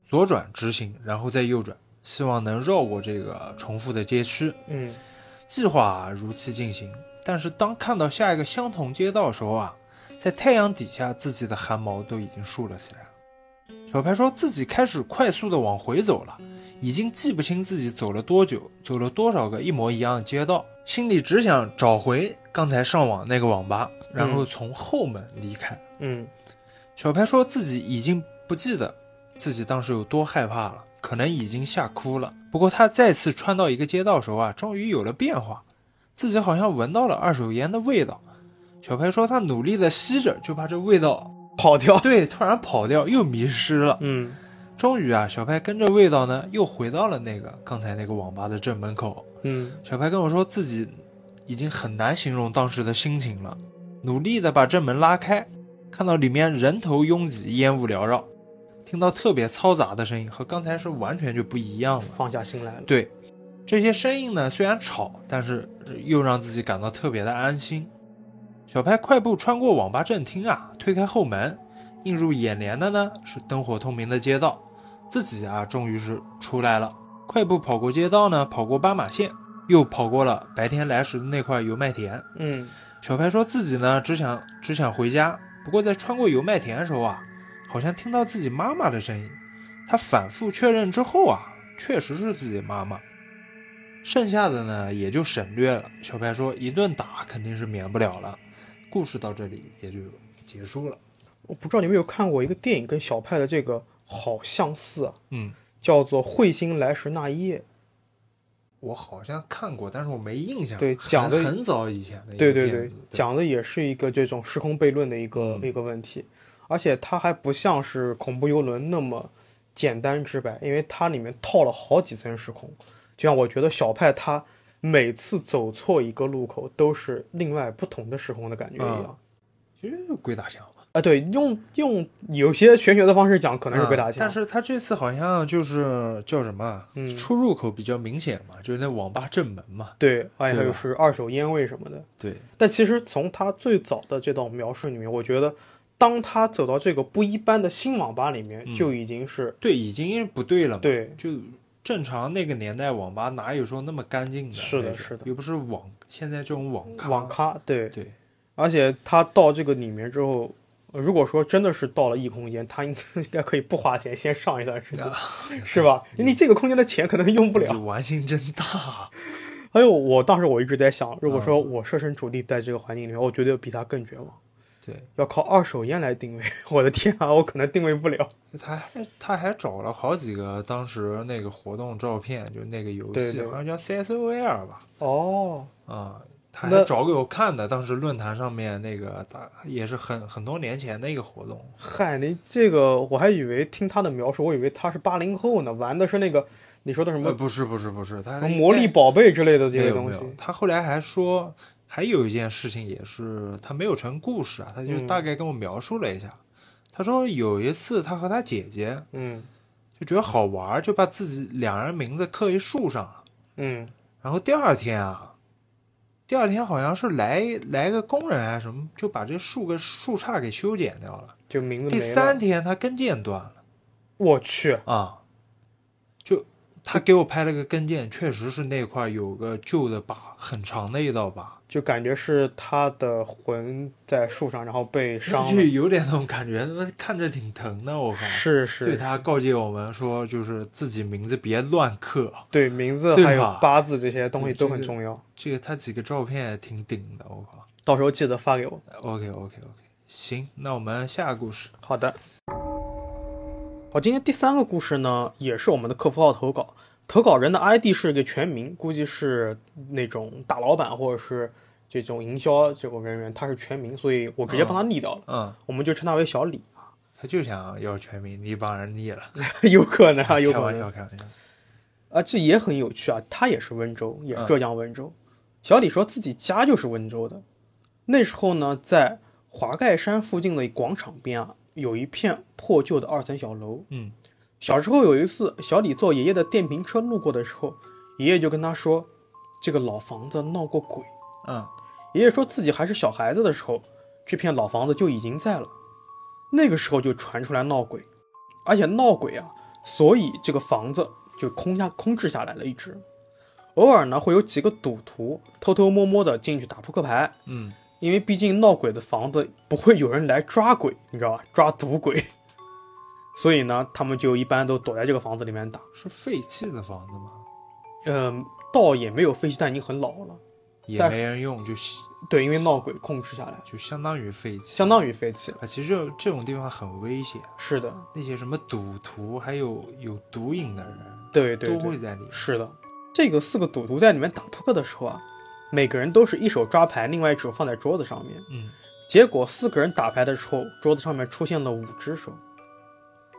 Speaker 2: 左转直行，然后再右转，希望能绕过这个重复的街区。
Speaker 1: 嗯
Speaker 2: 计划啊如期进行，但是当看到下一个相同街道的时候啊，在太阳底下，自己的汗毛都已经竖了起来了。小白说自己开始快速的往回走了，已经记不清自己走了多久，走了多少个一模一样的街道，心里只想找回刚才上网那个网吧，然后从后门离开。
Speaker 1: 嗯
Speaker 2: 小白说自己已经不记得自己当时有多害怕了，可能已经吓哭了。不过他再次穿到一个街道的时候啊，终于有了变化，自己好像闻到了二手烟的味道。小白说他努力的吸着，就怕这味道
Speaker 1: 跑掉。
Speaker 2: 对突然跑掉，又迷失了。
Speaker 1: 嗯
Speaker 2: 终于啊，小白跟着味道呢，又回到了那个刚才那个网吧的正门口。
Speaker 1: 嗯
Speaker 2: 小白跟我说自己已经很难形容当时的心情了，努力的把正门拉开，看到里面人头拥挤，烟雾缭绕，听到特别嘈杂的声音，和刚才是完全就不一样了。
Speaker 1: 放下心来了。
Speaker 2: 对，这些声音呢虽然吵，但是又让自己感到特别的安心。小白快步穿过网吧正厅啊，推开后门，映入眼帘的呢是灯火通明的街道，自己啊终于是出来了。快步跑过街道呢，跑过斑马线，又跑过了白天来时的那块油麦田。
Speaker 1: 嗯
Speaker 2: 小白说自己呢只想只想回家，不过在穿过油麦田的时候啊，好像听到自己妈妈的声音。他反复确认之后啊，确实是自己妈妈。剩下的呢也就省略了。小白说一顿打肯定是免不了了。故事到这里也就结束了。
Speaker 1: 我不知道你们有看过一个电影，跟小派的这个好相似啊，
Speaker 2: 嗯，
Speaker 1: 叫做《彗星来时那一夜
Speaker 2: 我好像看过，但是我没印象。
Speaker 1: 对
Speaker 2: 很
Speaker 1: 讲的
Speaker 2: 很早以前的》。一
Speaker 1: 对
Speaker 2: 个
Speaker 1: 对
Speaker 2: 片子。
Speaker 1: 对，讲的也是一个这种时空悖论的一个、
Speaker 2: 嗯
Speaker 1: 一个问题，而且它还不像是恐怖游轮那么简单直白，因为它里面套了好几层时空。就像我觉得小派他每次走错一个路口都是另外不同的时空的感觉
Speaker 2: 嗯
Speaker 1: 一样。
Speaker 2: 其实就是鬼打墙嘛，
Speaker 1: 啊，对，用用有些玄学的方式讲，可
Speaker 2: 可
Speaker 1: 能是鬼打墙、
Speaker 2: 嗯但是他这次好像就是叫什么啊？
Speaker 1: 嗯，
Speaker 2: 出入口比较明显嘛，就是那网吧正门嘛。
Speaker 1: 对，哎还
Speaker 2: 对啊
Speaker 1: 有
Speaker 2: 吧
Speaker 1: 是二手烟味什么的。
Speaker 2: 对，
Speaker 1: 但其实从他最早的这种描述里面，我觉得，当他走到这个不一般的新网吧里面，
Speaker 2: 嗯
Speaker 1: 就已经是、
Speaker 2: 对，已经不对了嘛。，
Speaker 1: 对，
Speaker 2: 就正常那个年代网吧哪有说那么干净的？
Speaker 1: 是的
Speaker 2: 那种
Speaker 1: 是的
Speaker 2: 又不是网现在这种网咖。
Speaker 1: 网咖对，
Speaker 2: 对，
Speaker 1: 而且他到这个里面之后。呃如果说真的是到了异空间，他应该 应该可以不花钱先上一段时间，是吧？你这个空间的钱可能用不了。
Speaker 2: 你玩性真大。
Speaker 1: 还有，我当时我一直在想，如果说我设身处地在这个环境里面，我觉得比他更绝望。
Speaker 2: 对，
Speaker 1: 要靠二手烟来定位。 我的天啊，我可能定位不了。
Speaker 2: 他还他还找了好几个当时那个活动照片，就那个游
Speaker 1: 对
Speaker 2: 戏
Speaker 1: 对
Speaker 2: 好像叫 CSOL 吧，
Speaker 1: 哦，
Speaker 2: 啊、他还
Speaker 1: 那
Speaker 2: 找给我看的，当时论坛上面那个咋也是很很多年前的一个活动，
Speaker 1: 嗨，你这个我还以为听他的描述，我以为他是八零后呢，玩的是那个你说的什
Speaker 2: 呃，
Speaker 1: 么
Speaker 2: 不是不是不是，他
Speaker 1: 什么魔力宝贝之类的这
Speaker 2: 呃
Speaker 1: 些
Speaker 2: 没有
Speaker 1: 东
Speaker 2: 没
Speaker 1: 西
Speaker 2: 有。，他后来还说，还有一件事情也是他没有成故事啊，他就
Speaker 1: 嗯
Speaker 2: 大概跟我描述了一下。他说有一次他和他姐姐
Speaker 1: 嗯
Speaker 2: 就觉得好玩儿，就把自己两人名字刻一树上了。
Speaker 1: 嗯
Speaker 2: 然后第二天啊，第二天好像是来来个工人还是什么，就把这树个树杈给修剪掉了。
Speaker 1: 就名字没
Speaker 2: 第
Speaker 1: 了
Speaker 2: 三，天他跟腱断了
Speaker 1: 我去，
Speaker 2: 啊、就他给我拍了个跟腱，确实是那块有个旧的疤，很长的一道疤。
Speaker 1: 就感觉是他的魂在树上，然后被伤
Speaker 2: 就
Speaker 1: 了。
Speaker 2: 有点那种感觉，他妈看着挺疼的，我靠。
Speaker 1: 是
Speaker 2: 对
Speaker 1: 是，
Speaker 2: 他告诫我们说，就是自己名字别乱刻。
Speaker 1: 对名字
Speaker 2: 对
Speaker 1: 还有
Speaker 2: 吧
Speaker 1: 八字这些东西
Speaker 2: 对这
Speaker 1: 都很
Speaker 2: 个
Speaker 1: 重要。
Speaker 2: 这个他几个照片也挺顶的，我靠。
Speaker 1: 到时候记得发给我。
Speaker 2: OK OK OK，行，那我们下个故事。
Speaker 1: 好的。好，今天第三个故事呢，也是我们的客服号投稿，投稿人的 ID 是一个全名，估计是那种大老板或者是这种营销这种人员，他是全名，所以我直接帮他匿掉了，
Speaker 2: 嗯，
Speaker 1: 我们就称他为小李，
Speaker 2: 他就想要全名，你帮人腻了。
Speaker 1: 有可能啊，有
Speaker 2: 开
Speaker 1: 可
Speaker 2: 玩
Speaker 1: 能
Speaker 2: 笑，开玩笑。
Speaker 1: 啊，这也很有趣啊，他也是温州，也是
Speaker 2: 嗯
Speaker 1: 浙江温州。小李说自己家就是温州的，那时候呢，在华盖山附近的广场边啊，有一片破旧的二层小楼，
Speaker 2: 嗯，
Speaker 1: 小时候有一次，小李坐爷爷的电瓶车路过的时候，爷爷就跟他说，这个老房子闹过鬼。
Speaker 2: 嗯，
Speaker 1: 爷爷说自己还是小孩子的时候，这片老房子就已经在了，那个时候就传出来闹鬼，而且闹鬼啊，所以这个房子就空下空置下来了，一直。偶尔呢，会有几个赌徒偷偷摸摸的进去打扑克牌，
Speaker 2: 嗯，
Speaker 1: 因为毕竟闹鬼的房子不会有人来抓鬼，你知道吧？抓赌鬼， 所以呢，他们就一般都躲在这个房子里面打。
Speaker 2: 是废弃的房子吗？
Speaker 1: 嗯，倒也没有废弃，但已经很老了。
Speaker 2: 也
Speaker 1: 但
Speaker 2: 没人用，就
Speaker 1: 对，因为闹鬼控制下来，
Speaker 2: 就相当于废弃。
Speaker 1: 相当于废弃了。
Speaker 2: 啊，其实这这种地方很危险，
Speaker 1: 是的，
Speaker 2: 那些什么赌徒，还有有毒瘾的人，
Speaker 1: 对对
Speaker 2: 都
Speaker 1: 对，
Speaker 2: 会在里面。
Speaker 1: 是的。这个四个赌徒在里面打扑克的时候啊，每个人都是一手抓牌，另外一手放在桌子上面。
Speaker 2: 嗯
Speaker 1: 结果四个人打牌的时候，桌子上面出现了五只手，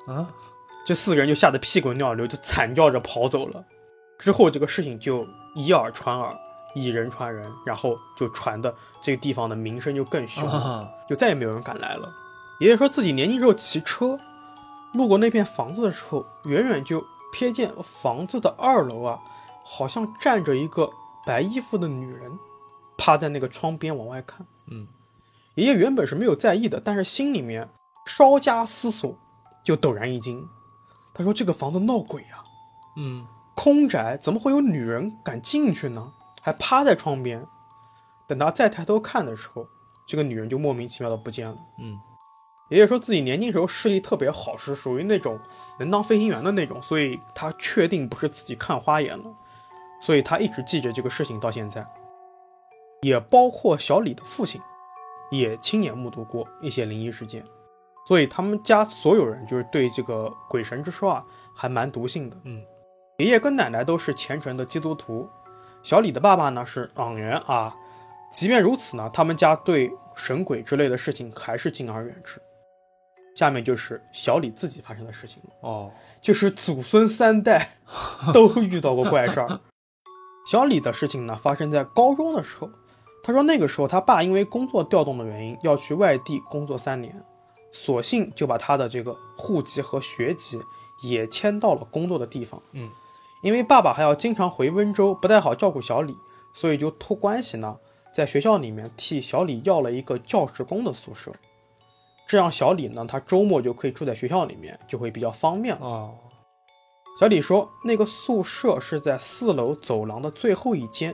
Speaker 2: 啊，
Speaker 1: 这四个人就吓得屁滚尿流，就惨叫着跑走了。之后这个事情就以耳传耳，以人传人，然后就传的这个地方的名声就更 凶了，
Speaker 2: 啊，
Speaker 1: 就再也没有人敢来了。爷爷说自己年轻时候骑车路过那片房子的时候，远远就瞥见房子的二楼啊，好像站着一个白衣服的女人，趴在那个窗边往外看。
Speaker 2: 嗯，
Speaker 1: 爷爷原本是没有在意的，但是心里面稍加思索，就陡然一惊。他说：“这个房子闹鬼啊，
Speaker 2: 嗯
Speaker 1: 空宅怎么会有女人敢进去呢？还趴在窗边。”等他再抬头看的时候，这个女人就莫名其妙的不见了。
Speaker 2: 嗯
Speaker 1: 爷爷说自己年轻时候视力特别好，是属于那种能当飞行员的那种，所以他确定不是自己看花眼了，所以他一直记着这个事情到现在，也包括小李的父亲，也亲眼目睹过一些灵异事件，所以他们家所有人就是对这个鬼神之说啊，还蛮笃信的。
Speaker 2: 嗯，
Speaker 1: 爷爷跟奶奶都是虔诚的基督徒，小李的爸爸呢是党员啊。即便如此呢，他们家对神鬼之类的事情还是敬而远之。下面就是小李自己发生的事情了，
Speaker 2: 哦，
Speaker 1: 就是祖孙三代都遇到过怪事儿。小李的事情呢，发生在高中的时候。他说那个时候他爸因为工作调动的原因，要去外地工作三年，索性就把他的这个户籍和学籍也迁到了工作的地方。
Speaker 2: 嗯，
Speaker 1: 因为爸爸还要经常回温州，不太好照顾小李，所以就托关系呢，在学校里面替小李要了一个教职工的宿舍。这样小李呢，他周末就可以住在学校里面，就会比较方便了。
Speaker 2: 哦，
Speaker 1: 小李说，那个宿舍是在四楼走廊的最后一间，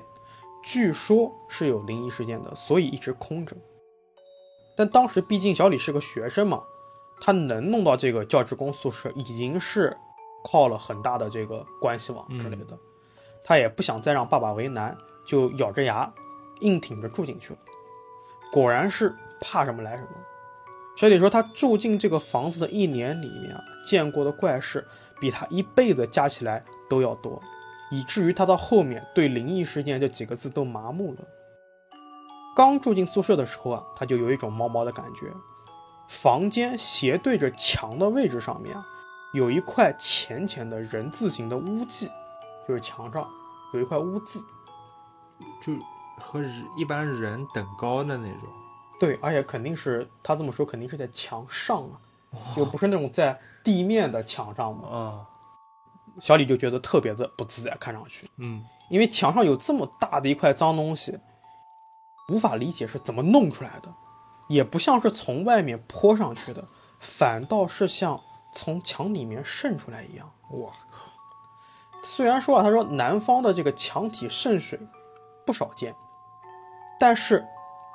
Speaker 1: 据说是有灵异事件的，所以一直空着。但当时毕竟小李是个学生嘛，他能弄到这个教职工宿舍，已经是靠了很大的这个关系网之类的。他也不想再让爸爸为难，就咬着牙，硬挺着住进去了。果然是怕什么来什么。小李说，他住进这个房子的一年里面啊，见过的怪事比他一辈子加起来都要多，以至于他到后面对灵异事件这几个字都麻木了。刚住进宿舍的时候啊，他就有一种毛毛的感觉，房间斜对着墙的位置上面啊，有一块浅浅的人字形的污迹，就是墙上有一块污渍。
Speaker 2: 就和人一般人等高的那种。
Speaker 1: 对，而且肯定是他这么说，肯定是在墙上啊，又不是那种在地面的墙上嘛。
Speaker 2: 啊，
Speaker 1: 小李就觉得特别的不自在，看上去，
Speaker 2: 嗯，
Speaker 1: 因为墙上有这么大的一块脏东西，无法理解是怎么弄出来的，也不像是从外面泼上去的，反倒是像从墙里面渗出来一样。
Speaker 2: 我靠，
Speaker 1: 虽然说啊，他说南方的这个墙体渗水不少见，但是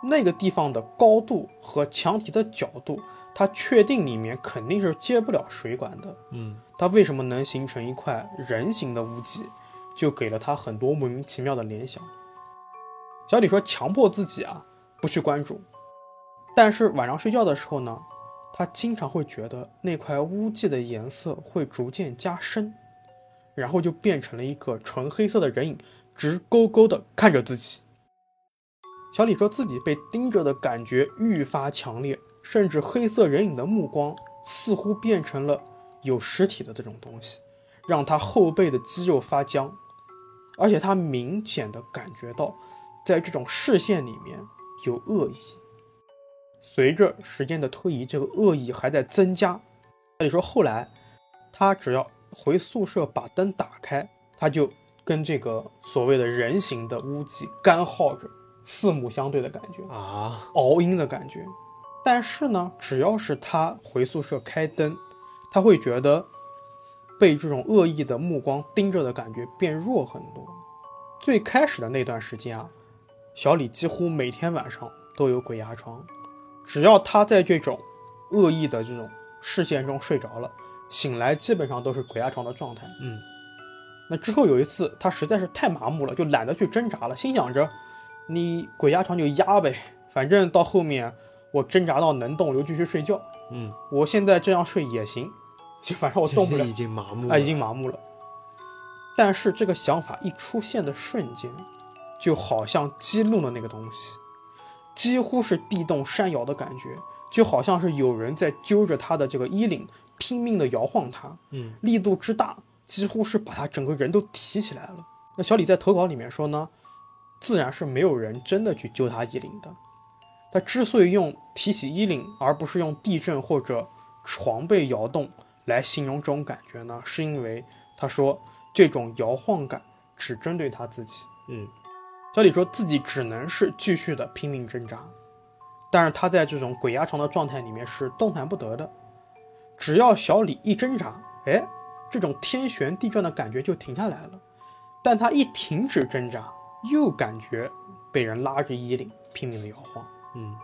Speaker 1: 那个地方的高度和墙体的角度，他确定里面肯定是接不了水管的。
Speaker 2: 嗯，
Speaker 1: 它为什么能形成一块人形的污迹，就给了他很多莫名其妙的联想。小李说，强迫自己啊不去关注，但是晚上睡觉的时候呢，他经常会觉得那块污迹的颜色会逐渐加深，然后就变成了一个纯黑色的人影，直勾勾的看着自己。小李说自己被盯着的感觉愈发强烈，甚至黑色人影的目光似乎变成了有实体的这种东西，让他后背的肌肉发僵，而且他明显的感觉到，在这种视线里面有恶意。随着时间的推移，这个恶意还在增加。那你说后来，他只要回宿舍把灯打开，他就跟这个所谓的人形的污迹干耗着，四目相对的感觉。
Speaker 2: 啊，
Speaker 1: 熬鹰的感觉。但是呢，只要是他回宿舍开灯，他会觉得被这种恶意的目光盯着的感觉变弱很多。最开始的那段时间啊，小李几乎每天晚上都有鬼压床，只要他在这种恶意的这种视线中睡着了，醒来基本上都是鬼压床的状态。
Speaker 2: 嗯，
Speaker 1: 那之后有一次，他实在是太麻木了，就懒得去挣扎了，心想着你鬼压床就压呗，反正到后面我挣扎到能动我就继续睡觉，
Speaker 2: 嗯，
Speaker 1: 我现在这样睡也行，就反正我动不 了
Speaker 2: 已，经麻木了，
Speaker 1: 啊，已经麻木了。但是这个想法一出现的瞬间，就好像激怒了那个东西，几乎是地动山摇的感觉，就好像是有人在揪着他的这个衣领，拼命的摇晃他。
Speaker 2: 嗯，
Speaker 1: 力度之大，几乎是把他整个人都提起来了。那小李在投稿里面说呢，自然是没有人真的去揪他衣领的。他之所以用提起衣领，而不是用地震或者床被摇动来形容这种感觉呢，是因为他说这种摇晃感只针对他自己。
Speaker 2: 嗯，
Speaker 1: 小李说自己只能是继续的拼命挣扎，但是他在这种鬼压床的状态里面是动弹不得的。只要小李一挣扎，哎，这种天旋地转的感觉就停下来了。但他一停止挣扎，又感觉被人拉着衣领拼命的摇晃。
Speaker 2: 嗯，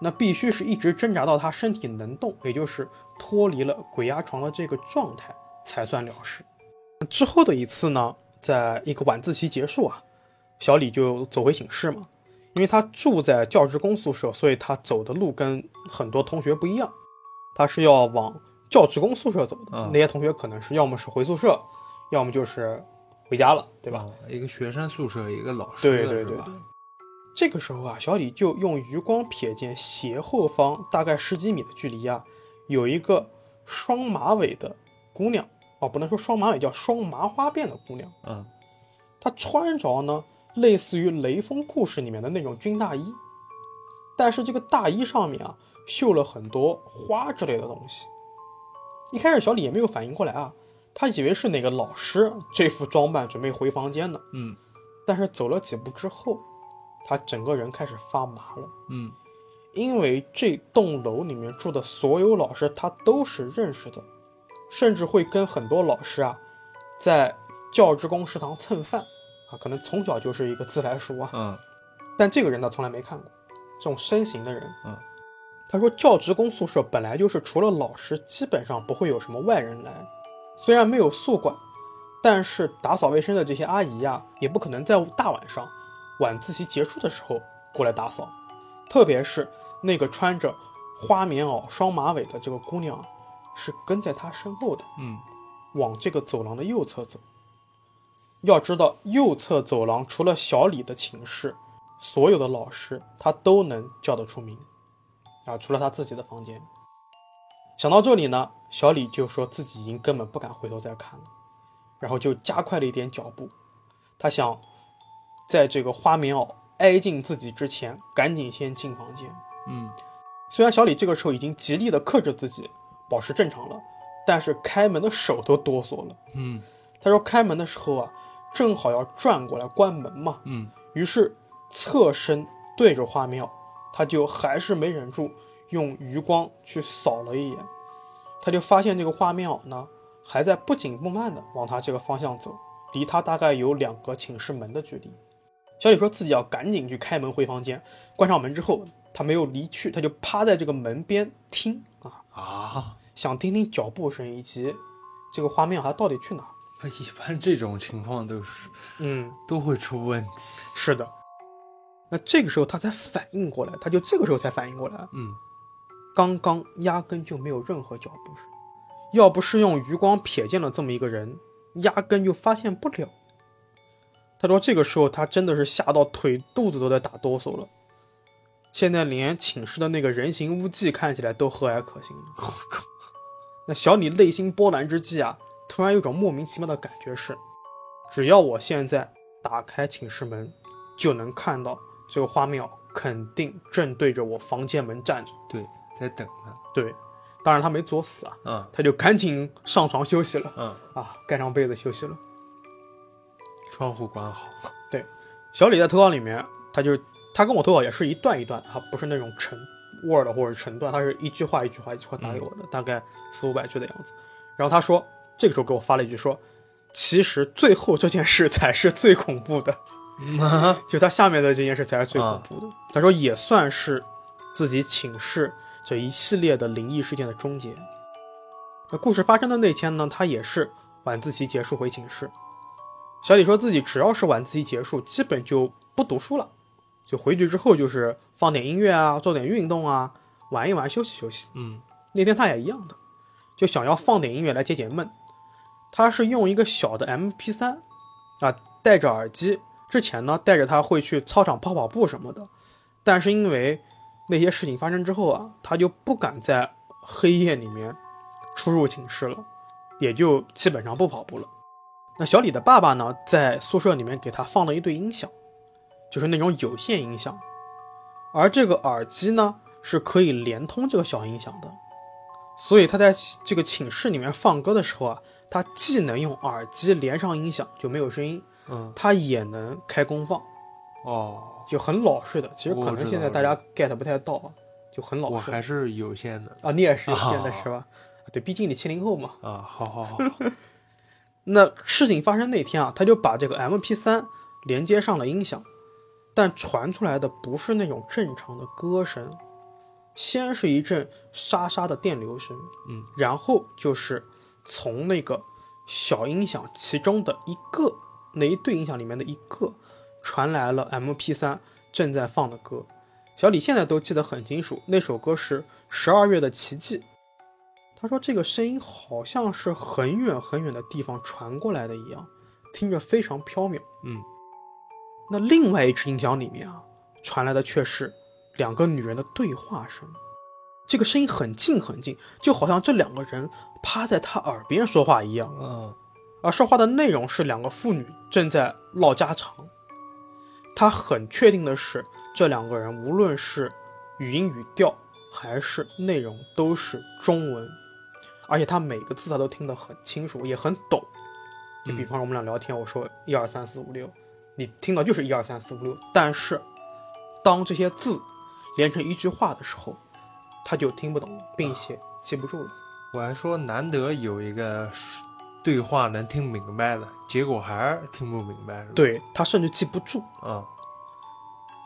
Speaker 1: 那必须是一直挣扎到他身体能动，也就是脱离了鬼压床的这个状态，才算了事。之后的一次呢，在一个晚自习结束啊，小李就走回寝室嘛，因为他住在教职工宿舍，所以他走的路跟很多同学不一样，他是要往教职工宿舍走的。
Speaker 2: 嗯
Speaker 1: 那些同学可能是要么是回宿舍，要么就是回家了，对吧？
Speaker 2: 啊？一个学生宿舍，一个老师的，
Speaker 1: 对对
Speaker 2: 是吧
Speaker 1: 对这个时候啊，小李就用余光瞥见斜后方大概十几米的距离啊，有一个双马尾的姑娘哦，不能说双马尾，叫双麻花辫的姑娘。
Speaker 2: 嗯，
Speaker 1: 她穿着呢，类似于雷锋故事里面的那种军大衣，但是这个大衣上面啊，绣了很多花之类的东西。一开始小李也没有反应过来啊，他以为是哪个老师这副装扮准备回房间呢。
Speaker 2: 嗯
Speaker 1: 但是走了几步之后，他整个人开始发麻了，
Speaker 2: 嗯，
Speaker 1: 因为这栋楼里面住的所有老师他都是认识的，甚至会跟很多老师啊，在教职工食堂蹭饭啊，可能从小就是一个自来熟啊，
Speaker 2: 嗯
Speaker 1: 但这个人他从来没看过，这种身形的人。
Speaker 2: 嗯，
Speaker 1: 他说教职工宿舍本来就是除了老师，基本上不会有什么外人来。虽然没有宿管，但是打扫卫生的这些啊阿姨呀、也不可能在大晚上晚自习结束的时候过来打扫。特别是那个穿着花棉袄、双马尾的这个姑娘，是跟在他身后的，
Speaker 2: 嗯，
Speaker 1: 往这个走廊的右侧走。要知道，右侧走廊除了小李的寝室，所有的老师他都能叫得出名，啊，除了他自己的房间。想到这里呢，小李就说自己已经根本不敢回头再看了，然后就加快了一点脚步，他想在这个花棉袄挨近自己之前，赶紧先进房间。
Speaker 2: 嗯，
Speaker 1: 虽然小李这个时候已经极力的克制自己，保持正常了，但是开门的手都哆嗦了。
Speaker 2: 嗯，
Speaker 1: 他说开门的时候啊，正好要转过来关门嘛，
Speaker 2: 嗯，
Speaker 1: 于是侧身对着花苗，他就还是没忍住，用余光去扫了一眼，他就发现这个花棉袄呢，还在不紧不慢的往他这个方向走，离他大概有两个寝室门的距离。小李说自己要赶紧去开门回房间，关上门之后，他没有离去，他就趴在这个门边听啊，
Speaker 2: 啊，
Speaker 1: 想听听脚步声以及这个花棉袄它到底去哪儿。
Speaker 2: 不一般这种情况都是
Speaker 1: 嗯，
Speaker 2: 都会出问题。
Speaker 1: 是的。那这个时候他才反应过来，他就这个时候才反应过来，
Speaker 2: 嗯
Speaker 1: 刚刚压根就没有任何脚步声，要不是用余光瞥见了这么一个人，压根就发现不了。他说这个时候他真的是吓到腿肚子都在打哆嗦了，现在连寝室的那个人形污迹看起来都和蔼可亲了。我靠！那小李内心波澜之际啊，突然有种莫名其妙的感觉是，只要我现在打开寝室门，就能看到这个花庙肯定正对着我房间门站着。
Speaker 2: 对，在等他。
Speaker 1: 对，当然他没作死啊，
Speaker 2: 嗯
Speaker 1: 他就赶紧上床休息了
Speaker 2: 嗯，
Speaker 1: 啊，盖上被子休息了。
Speaker 2: 窗户关好。
Speaker 1: 小李在投稿里面，他就他跟我投稿也是一段一段，他不是那种成 word 或者成段，他是一句话一句话一句话打给我的，大概四五百句的样子。然后他说，这个时候给我发了一句说，其实最后这件事才是最恐怖的。
Speaker 2: 啊，
Speaker 1: 就他下面的这件事才是最恐怖的。他说也算是自己寝室这一系列的灵异事件的终结。那故事发生的那天呢，他也是晚自习结束回寝室。小李说自己只要是晚自习结束，基本就不读书了，就回去之后就是放点音乐啊，做点运动啊，玩一玩，休息休息。
Speaker 2: 嗯
Speaker 1: 那天他也一样的，就想要放点音乐来解解闷。他是用一个小的 MP3 啊，戴着耳机。之前呢，带着他会去操场跑跑步什么的，但是因为那些事情发生之后啊，他就不敢在黑夜里面出入寝室了，也就基本上不跑步了。那小李的爸爸呢，在宿舍里面给他放了一对音响，就是那种有线音响，而这个耳机呢是可以连通这个小音响的，所以他在这个寝室里面放歌的时候啊，他既能用耳机连上音响就没有声音，
Speaker 2: 嗯，
Speaker 1: 它也能开功放，
Speaker 2: 哦，
Speaker 1: 就很老式的。其实可
Speaker 2: 我知
Speaker 1: 能
Speaker 2: 道
Speaker 1: 现在大家 get 不太到啊，就很老
Speaker 2: 我
Speaker 1: 式
Speaker 2: 还是有限的
Speaker 1: 啊。你也是
Speaker 2: 啊
Speaker 1: 现在是吧？对，毕竟你七零后 嘛。
Speaker 2: 啊。好好好，
Speaker 1: 那事情发生那天啊，他就把这个 MP 3连接上了音响，但传出来的不是那种正常的歌声，先是一阵沙沙的电流声，
Speaker 2: 嗯，
Speaker 1: 然后就是从那个小音响其中的一个那一对音响里面的一个传来了 MP 3正在放的歌，小李现在都记得很清楚，那首歌是《十二月的奇迹》。他说这个声音好像是很远很远的地方传过来的一样，听着非常飘渺。
Speaker 2: 嗯，
Speaker 1: 那另外一只音响里面啊，传来的却是两个女人的对话声。这个声音很近很近，就好像这两个人趴在他耳边说话一样。啊
Speaker 2: 嗯
Speaker 1: 而说话的内容是两个妇女正在唠家常。他很确定的是，这两个人无论是语音语调还是内容都是中文，而且他每个字他都听得很清楚，也很懂。就比方说我们俩聊天，我说一二三四五六，你听到就是一二三四五六，但是当这些字连成一句话的时候，他就听不懂了，并且记不住了。
Speaker 2: 我还说难得有一个对话能听明白的，结果还是听不明白，是吧？
Speaker 1: 对他甚至记不住。
Speaker 2: 嗯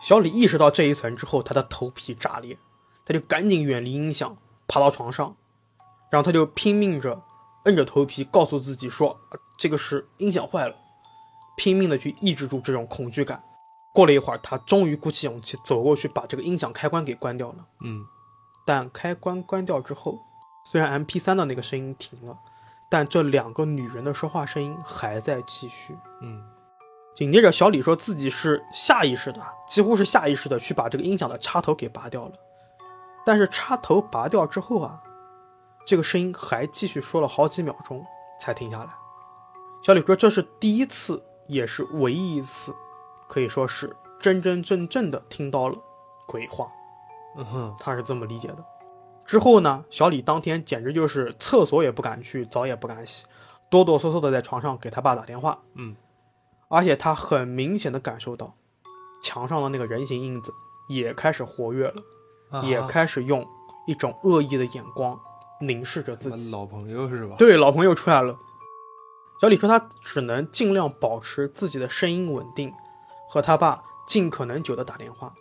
Speaker 1: 小李意识到这一层之后，他的头皮炸裂，他就赶紧远离音响，爬到床上，然后他就拼命着摁着头皮，告诉自己说、啊这个是音响坏了，拼命的去抑制住这种恐惧感。过了一会儿，他终于鼓起勇气走过去，把这个音响开关给关掉了。
Speaker 2: 嗯，
Speaker 1: 但开关关掉之后，虽然 M P 三的那个声音停了，但这两个女人的说话声音还在继续。
Speaker 2: 嗯，
Speaker 1: 紧接着，小李说自己是下意识的，啊几乎是下意识的去把这个音响的插头给拔掉了。但是插头拔掉之后啊，这个声音还继续说了好几秒钟才停下来。小李说这是第一次，也是唯一一次，可以说是真真正正的听到了鬼话。
Speaker 2: 嗯哼，
Speaker 1: 他是这么理解的。之后呢，小李当天简直就是厕所也不敢去，澡也不敢洗，哆哆嗦嗦的在床上给他爸打电话。
Speaker 2: 嗯，
Speaker 1: 而且他很明显的感受到，墙上的那个人形印子也开始活跃了，
Speaker 2: 啊
Speaker 1: 也开始用一种恶意的眼光凝视着自
Speaker 2: 什么
Speaker 1: 己。
Speaker 2: 老朋友是吧？
Speaker 1: 对，老朋友出来了。小李说他只能尽量保持自己的声音稳定，和他爸尽可能久的打电话。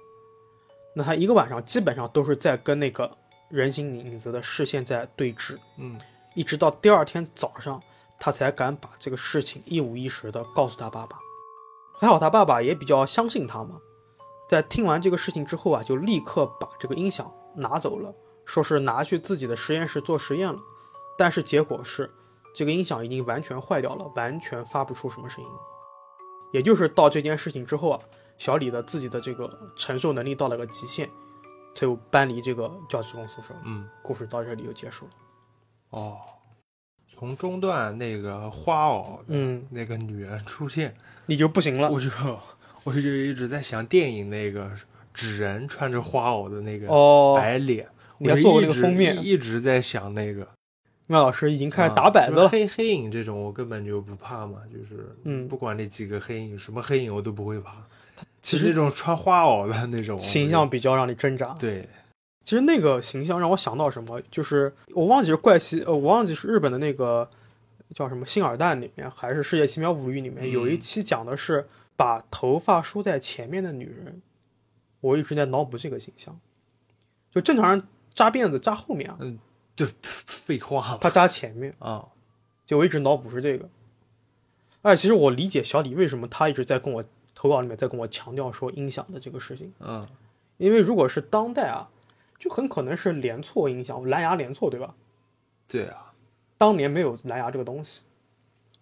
Speaker 1: 那他一个晚上基本上都是在跟那个人形影子的视线在对峙，
Speaker 2: 嗯，
Speaker 1: 一直到第二天早上，他才敢把这个事情一五一十的告诉他爸爸。还好他爸爸也比较相信他嘛，在听完这个事情之后啊，就立刻把这个音响拿走了，说是拿去自己的实验室做实验了。但是结果是，这个音响已经完全坏掉了，完全发不出什么声音。也就是到这件事情之后啊，小李的自己的这个承受能力到了个极限，最后搬离这个教职工宿舍。
Speaker 2: 嗯，
Speaker 1: 故事到这里就结束了。
Speaker 2: 哦，从中段那个花袄
Speaker 1: 嗯，啊
Speaker 2: 那个女人出现，
Speaker 1: 你就不行了。
Speaker 2: 我就我就一直在想电影那个纸人穿着花袄的那个
Speaker 1: 哦，
Speaker 2: 白脸，
Speaker 1: 你
Speaker 2: 我
Speaker 1: 要
Speaker 2: 就
Speaker 1: 做过
Speaker 2: 一
Speaker 1: 那个
Speaker 2: 直
Speaker 1: 封面
Speaker 2: 一一直在想那个。
Speaker 1: 麦老师已经开始打
Speaker 2: 啊
Speaker 1: 摆子
Speaker 2: 就是
Speaker 1: 了。
Speaker 2: 黑黑影这种我根本就不怕嘛，就是
Speaker 1: 嗯
Speaker 2: 不管那几个黑影，什么黑影我都不会怕。
Speaker 1: 其
Speaker 2: 就那
Speaker 1: 实
Speaker 2: 种穿花袄的那种
Speaker 1: 形象，比较让你挣扎。
Speaker 2: 对，
Speaker 1: 其实那个形象让我想到什么，就是我忘记是怪奇，呃，我忘记是日本的那个叫什么《星尔蛋》里面，还是《世界奇妙物语》里面、
Speaker 2: 嗯
Speaker 1: 有一期讲的是把头发梳在前面的女人。我一直在脑补这个形象，就正常人扎辫子扎后面啊，
Speaker 2: 就废话嘛
Speaker 1: 她扎前面，
Speaker 2: 啊，
Speaker 1: 就我一直脑补是这个。哎，其实我理解小李为什么他一直在跟我投稿里面在跟我强调说音响的这个事情。
Speaker 2: 嗯
Speaker 1: 因为如果是当代啊，就很可能是连错音响，蓝牙连错，对吧？
Speaker 2: 对啊，
Speaker 1: 当年没有蓝牙这个东西，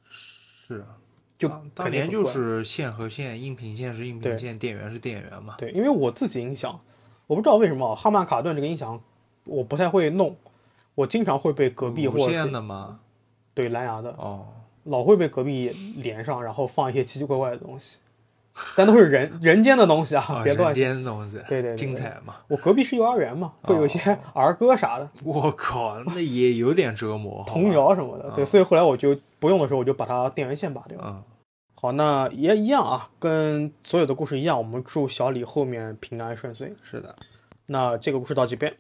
Speaker 2: 是啊，
Speaker 1: 就
Speaker 2: 当
Speaker 1: 肯
Speaker 2: 当
Speaker 1: 定
Speaker 2: 年
Speaker 1: 很
Speaker 2: 就
Speaker 1: 怪
Speaker 2: 是线和线，音频线是音
Speaker 1: 对
Speaker 2: 频线，电源是电源嘛，
Speaker 1: 对，因为我自己音响，我不知道为什么啊哈曼卡顿这个音响我不太会弄，我经常会被隔壁
Speaker 2: 无
Speaker 1: 或者
Speaker 2: 线
Speaker 1: 是
Speaker 2: 的嘛，
Speaker 1: 对蓝牙的，
Speaker 2: 哦，
Speaker 1: 老会被隔壁连上，然后放一些奇奇怪怪的东西，但都是 人人间的哦东西啊，
Speaker 2: 啊
Speaker 1: 别
Speaker 2: 人
Speaker 1: 乱想。
Speaker 2: 间的东西，
Speaker 1: 对对对
Speaker 2: 精彩嘛，
Speaker 1: 我隔壁是幼儿园嘛，会有一些儿歌啥的，
Speaker 2: 我靠，那也有点折磨，
Speaker 1: 童
Speaker 2: 好吧，
Speaker 1: 谣什么的，对，所以后来我就不用的时候，我就把它电源线拔掉。
Speaker 2: 嗯，
Speaker 1: 好，那也一样啊，跟所有的故事一样，我们祝小李后面平安顺遂。
Speaker 2: 是的，
Speaker 1: 那这个故事到这边。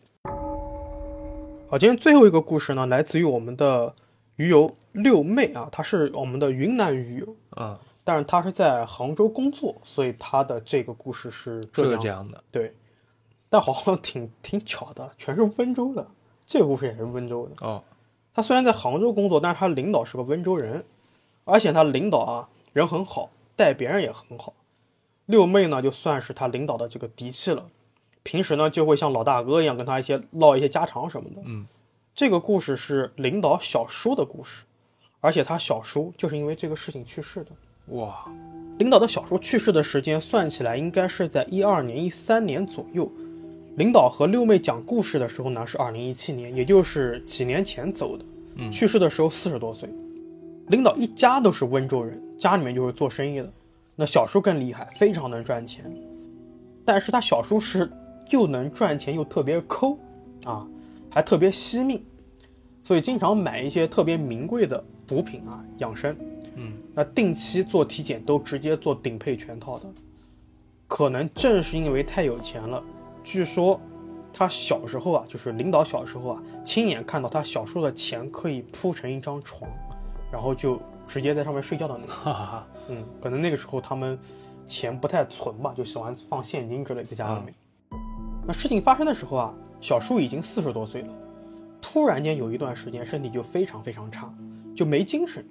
Speaker 1: 好，今天最后一个故事呢，来自于我们的鱼友六妹啊，她是我们的云南鱼友，
Speaker 2: 嗯，
Speaker 1: 但是她是在杭州工作，所以她的这个故事是浙
Speaker 2: 浙
Speaker 1: 江。
Speaker 2: 江的，
Speaker 1: 对，但好像挺挺巧的，全是温州的，这个故事也是温州的。
Speaker 2: 哦，
Speaker 1: 他虽然在杭州工作，但是他领导是个温州人，而且他领导啊人很好，待别人也很好。六妹呢，就算是他领导的这个嫡系了，平时呢就会像老大哥一样跟他一些唠一些家常什么的。
Speaker 2: 嗯，
Speaker 1: 这个故事是领导小叔的故事，而且他小叔就是因为这个事情去世的。
Speaker 2: 哇，
Speaker 1: 领导的小叔去世的时间算起来应该是在一二年、一三年左右。领导和六妹讲故事的时候呢，是二零一七年，也就是几年前走的。
Speaker 2: 嗯
Speaker 1: 去世的时候四十多岁。领导一家都是温州人，家里面就是做生意的。那小叔更厉害，非常能赚钱。但是他小叔是又能赚钱又特别抠啊，还特别惜命，所以经常买一些特别名贵的补品啊养生。
Speaker 2: 嗯，
Speaker 1: 那定期做体检都直接做顶配全套的。可能正是因为太有钱了，据说他小时候啊，就是领导小时候啊，亲眼看到他小叔的钱可以铺成一张床，然后就直接在上面睡觉的那种。
Speaker 2: 哈哈哈，
Speaker 1: 嗯，可能那个时候他们钱不太存吧，就喜欢放现金之类在家里面。那事情发生的时候啊，小叔已经四十多岁了，突然间有一段时间身体就非常非常差，就没精神。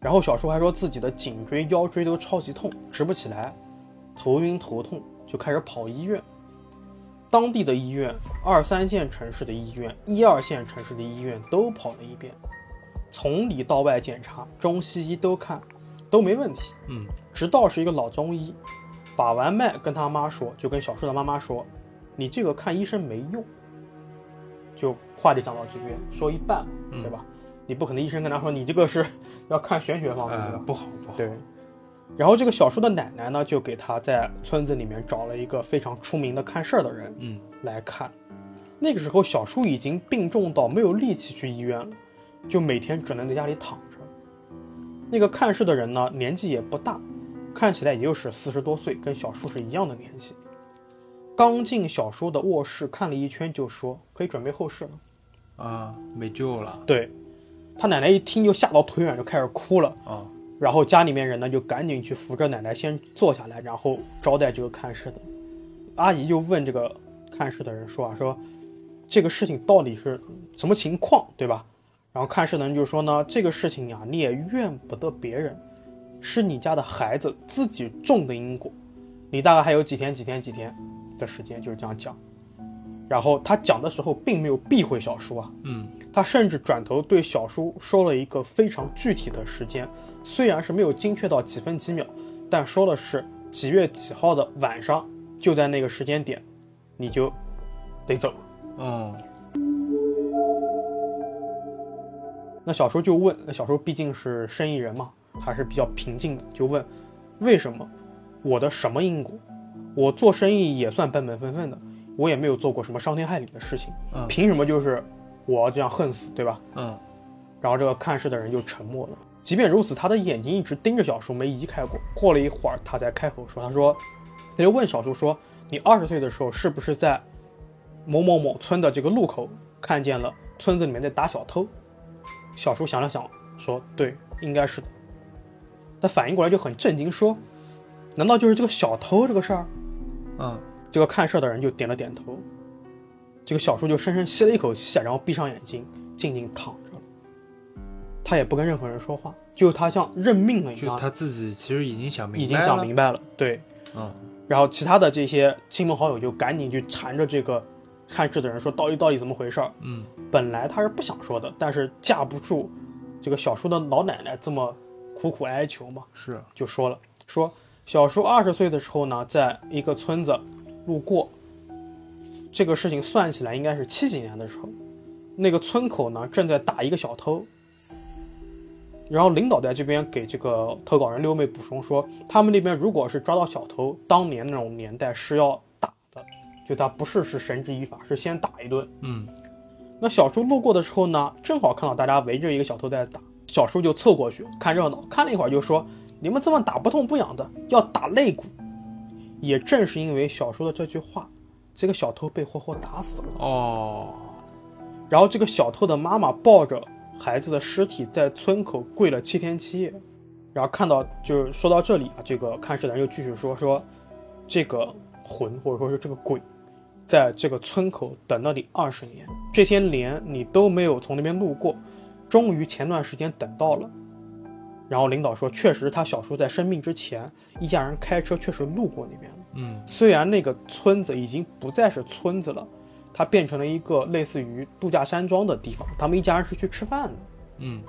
Speaker 1: 然后小叔还说自己的颈椎、腰椎都超级痛，直不起来，头晕头痛，就开始跑医院。当地的医院、二三线城市的医院、一二线城市的医院都跑了一遍，从里到外检查，中西医都看，都没问题。
Speaker 2: 嗯，
Speaker 1: 直到是一个老中医，把完脉跟他妈说，就跟小树的妈妈说：“你这个看医生没用。”就话就讲到这边，说一半，
Speaker 2: 嗯
Speaker 1: 对吧？你不可能医生跟他说你这个是要看玄学方面的
Speaker 2: 呃，
Speaker 1: 吧，
Speaker 2: 不好不好，
Speaker 1: 对。然后这个小树的奶奶呢，就给他在村子里面找了一个非常出名的看事儿的人
Speaker 2: 嗯，
Speaker 1: 来看。那个时候，小树已经病重到没有力气去医院了，就每天只能在家里躺着。那个看事的人呢，年纪也不大，看起来也就是四十多岁，跟小树是一样的年纪。刚进小树的卧室看了一圈，就说可以准备后事了。
Speaker 2: 啊，没救了
Speaker 1: 对，他奶奶一听就吓到腿软，就开始哭了。
Speaker 2: 啊，
Speaker 1: 然后家里面人呢就赶紧去扶着奶奶先坐下来，然后招待这个看事的。阿姨就问这个看事的人说啊，说这个事情到底是什么情况，对吧？然后看事的人就说呢，这个事情呀、啊你也怨不得别人，是你家的孩子自己种的因果。你大概还有几天、几天、几天的时间，就是这样讲。然后他讲的时候并没有避讳小叔啊，
Speaker 2: 嗯，
Speaker 1: 他甚至转头对小叔说了一个非常具体的时间，虽然是没有精确到几分几秒，但说的是几月几号的晚上，就在那个时间点，你就得走。
Speaker 2: 哦，
Speaker 1: 那小叔就问，那小叔毕竟是生意人嘛，还是比较平静的，就问为什么我的什么因果？我做生意也算本本分分的，我也没有做过什么伤天害理的事情，
Speaker 2: 嗯
Speaker 1: 凭什么就是我要这样恨死，对吧？
Speaker 2: 嗯，
Speaker 1: 然后这个看事的人就沉默了。即便如此，他的眼睛一直盯着小叔，没移开过。过了一会儿，他才开口说：“他说，他就问小叔说，你二十岁的时候是不是在某某某村的这个路口看见了村子里面在打小偷？”小叔想了想，说：“对，应该是的。”他反应过来就很震惊，说：“难道就是这个小偷这个事儿？”
Speaker 2: 嗯，
Speaker 1: 这个看事儿的人就点了点头。这个小叔就深深吸了一口气啊，然后闭上眼睛，静静躺着了。他也不跟任何人说话，就他像认命了一
Speaker 2: 就
Speaker 1: 样，
Speaker 2: 他自己其实已经想明白了，
Speaker 1: 已经想明白了。对，
Speaker 2: 嗯，
Speaker 1: 然后其他的这些亲朋好友就赶紧去缠着这个看事的人说到底到底怎么回事儿。
Speaker 2: 嗯，
Speaker 1: 本来他是不想说的，但是架不住这个小叔的老奶奶这么苦苦哀求嘛，
Speaker 2: 是，
Speaker 1: 就说了，说小叔二十岁的时候呢，在一个村子路过，这个事情算起来应该是七几年的时候，那个村口呢正在打一个小偷，然后领导在这边给这个投稿人六妹补充说，他们那边如果是抓到小偷，当年那种年代是要打的，就他不是是绳之以法，是先打一顿。
Speaker 2: 嗯，
Speaker 1: 那小叔路过的时候呢，正好看到大家围着一个小偷在打，小叔就凑过去看热闹，看了一会儿就说：“你们这么打不痛不痒的，要打肋骨。”也正是因为小叔的这句话，这个小偷被活活打死了。
Speaker 2: 哦，
Speaker 1: 然后这个小偷的妈妈抱着孩子的尸体在村口跪了七天七夜。然后看到就是说到这里啊，这个看事的人又继续说说，这个魂或者说是这个鬼，在这个村口等了你二十年，这些年你都没有从那边路过，终于前段时间等到了。然后领导说，确实他小叔在生病之前，一家人开车确实路过那边了。
Speaker 2: 嗯，
Speaker 1: 虽然那个村子已经不再是村子了，它变成了一个类似于度假山庄的地方，他们一家人是去吃饭的。
Speaker 2: 嗯，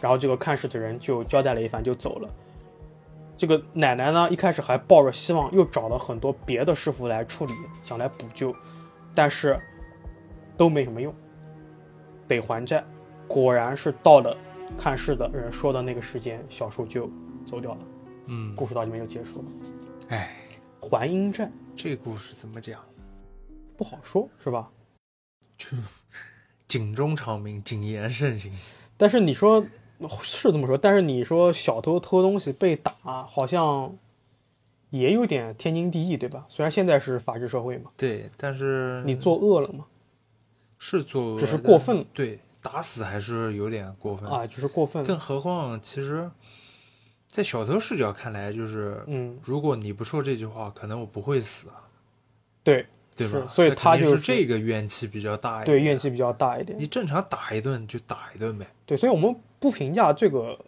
Speaker 1: 然后这个看事的人就交代了一番就走了。这个奶奶呢，一开始还抱着希望，又找了很多别的师傅来处理，想来补救，但是都没什么用，得还债。果然是到了看事的人说的那个时间，小树就走掉了。
Speaker 2: 嗯，
Speaker 1: 故事到这边就结束了。
Speaker 2: 哎，
Speaker 1: 还阴债
Speaker 2: 这故事怎么讲？
Speaker 1: 不好说，是吧？
Speaker 2: 警钟长鸣，谨言慎行。
Speaker 1: 但是你说是这么说，但是你说小偷偷东西被打，好像也有点天经地义，对吧？虽然现在是法治社会嘛，
Speaker 2: 对，但是
Speaker 1: 你作恶了嘛，
Speaker 2: 是作恶，
Speaker 1: 只是
Speaker 2: 但
Speaker 1: 过分了
Speaker 2: 对，打死还是有点过分。
Speaker 1: 啊，就是过分了。
Speaker 2: 更何况，其实，在小偷视角看来，就是
Speaker 1: 嗯，
Speaker 2: 如果你不说这句话，可能我不会死，啊
Speaker 1: 对
Speaker 2: 对吧？
Speaker 1: 是所以
Speaker 2: 那肯
Speaker 1: 他
Speaker 2: 定
Speaker 1: 就是
Speaker 2: 这个怨气比较大一点。
Speaker 1: 对，怨气比较大一点
Speaker 2: 你。正常打一顿就打一顿呗。
Speaker 1: 对，所以我们不评价这个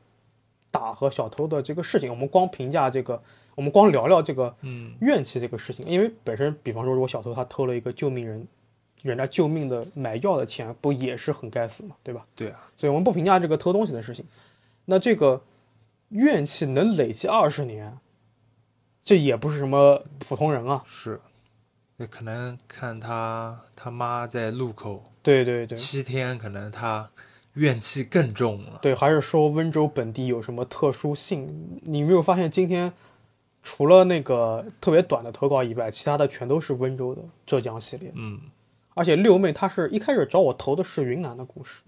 Speaker 1: 打和小偷的这个事情，我们光评价这个，我们光聊聊这个
Speaker 2: 嗯，
Speaker 1: 怨气这个事情，因为本身，比方说，如果小偷他偷了一个救命人，人家救命的买药的钱，不也是很该死嘛，对吧？
Speaker 2: 对啊，
Speaker 1: 所以我们不评价这个偷东西的事情。那这个怨气能累积二十年，这也不是什么普通人啊。
Speaker 2: 是。那可能看他他妈在路口
Speaker 1: 对对对
Speaker 2: 七天，可能他怨气更重了。
Speaker 1: 对，还是说温州本地有什么特殊性？你没有发现今天除了那个特别短的投稿以外，其他的全都是温州的浙江系列。
Speaker 2: 嗯，
Speaker 1: 而且六妹她是一开始找我投的是云南的故事，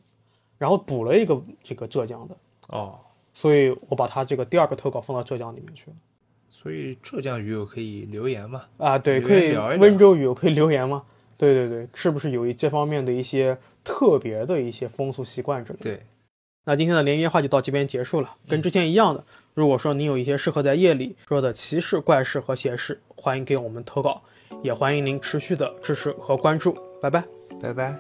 Speaker 1: 然后补了一个这个浙江的，
Speaker 2: 哦，
Speaker 1: 所以我把她这个第二个投稿放到浙江里面去了。
Speaker 2: 所以浙江鱼友可以留言嘛？
Speaker 1: 啊，对，
Speaker 2: 留
Speaker 1: 可
Speaker 2: 言
Speaker 1: 以
Speaker 2: 聊一聊
Speaker 1: 温州语我可以留言吗？对对对，是不是有一这方面的一些特别的一些风俗习惯之类的？
Speaker 2: 对，嗯
Speaker 1: 那今天的连夜话就到这边结束了，跟之前一样的，如果说你有一些适合在夜里说的奇事、怪事和邪事，欢迎给我们投稿，也欢迎您持续的支持和关注，拜拜。
Speaker 2: 拜拜。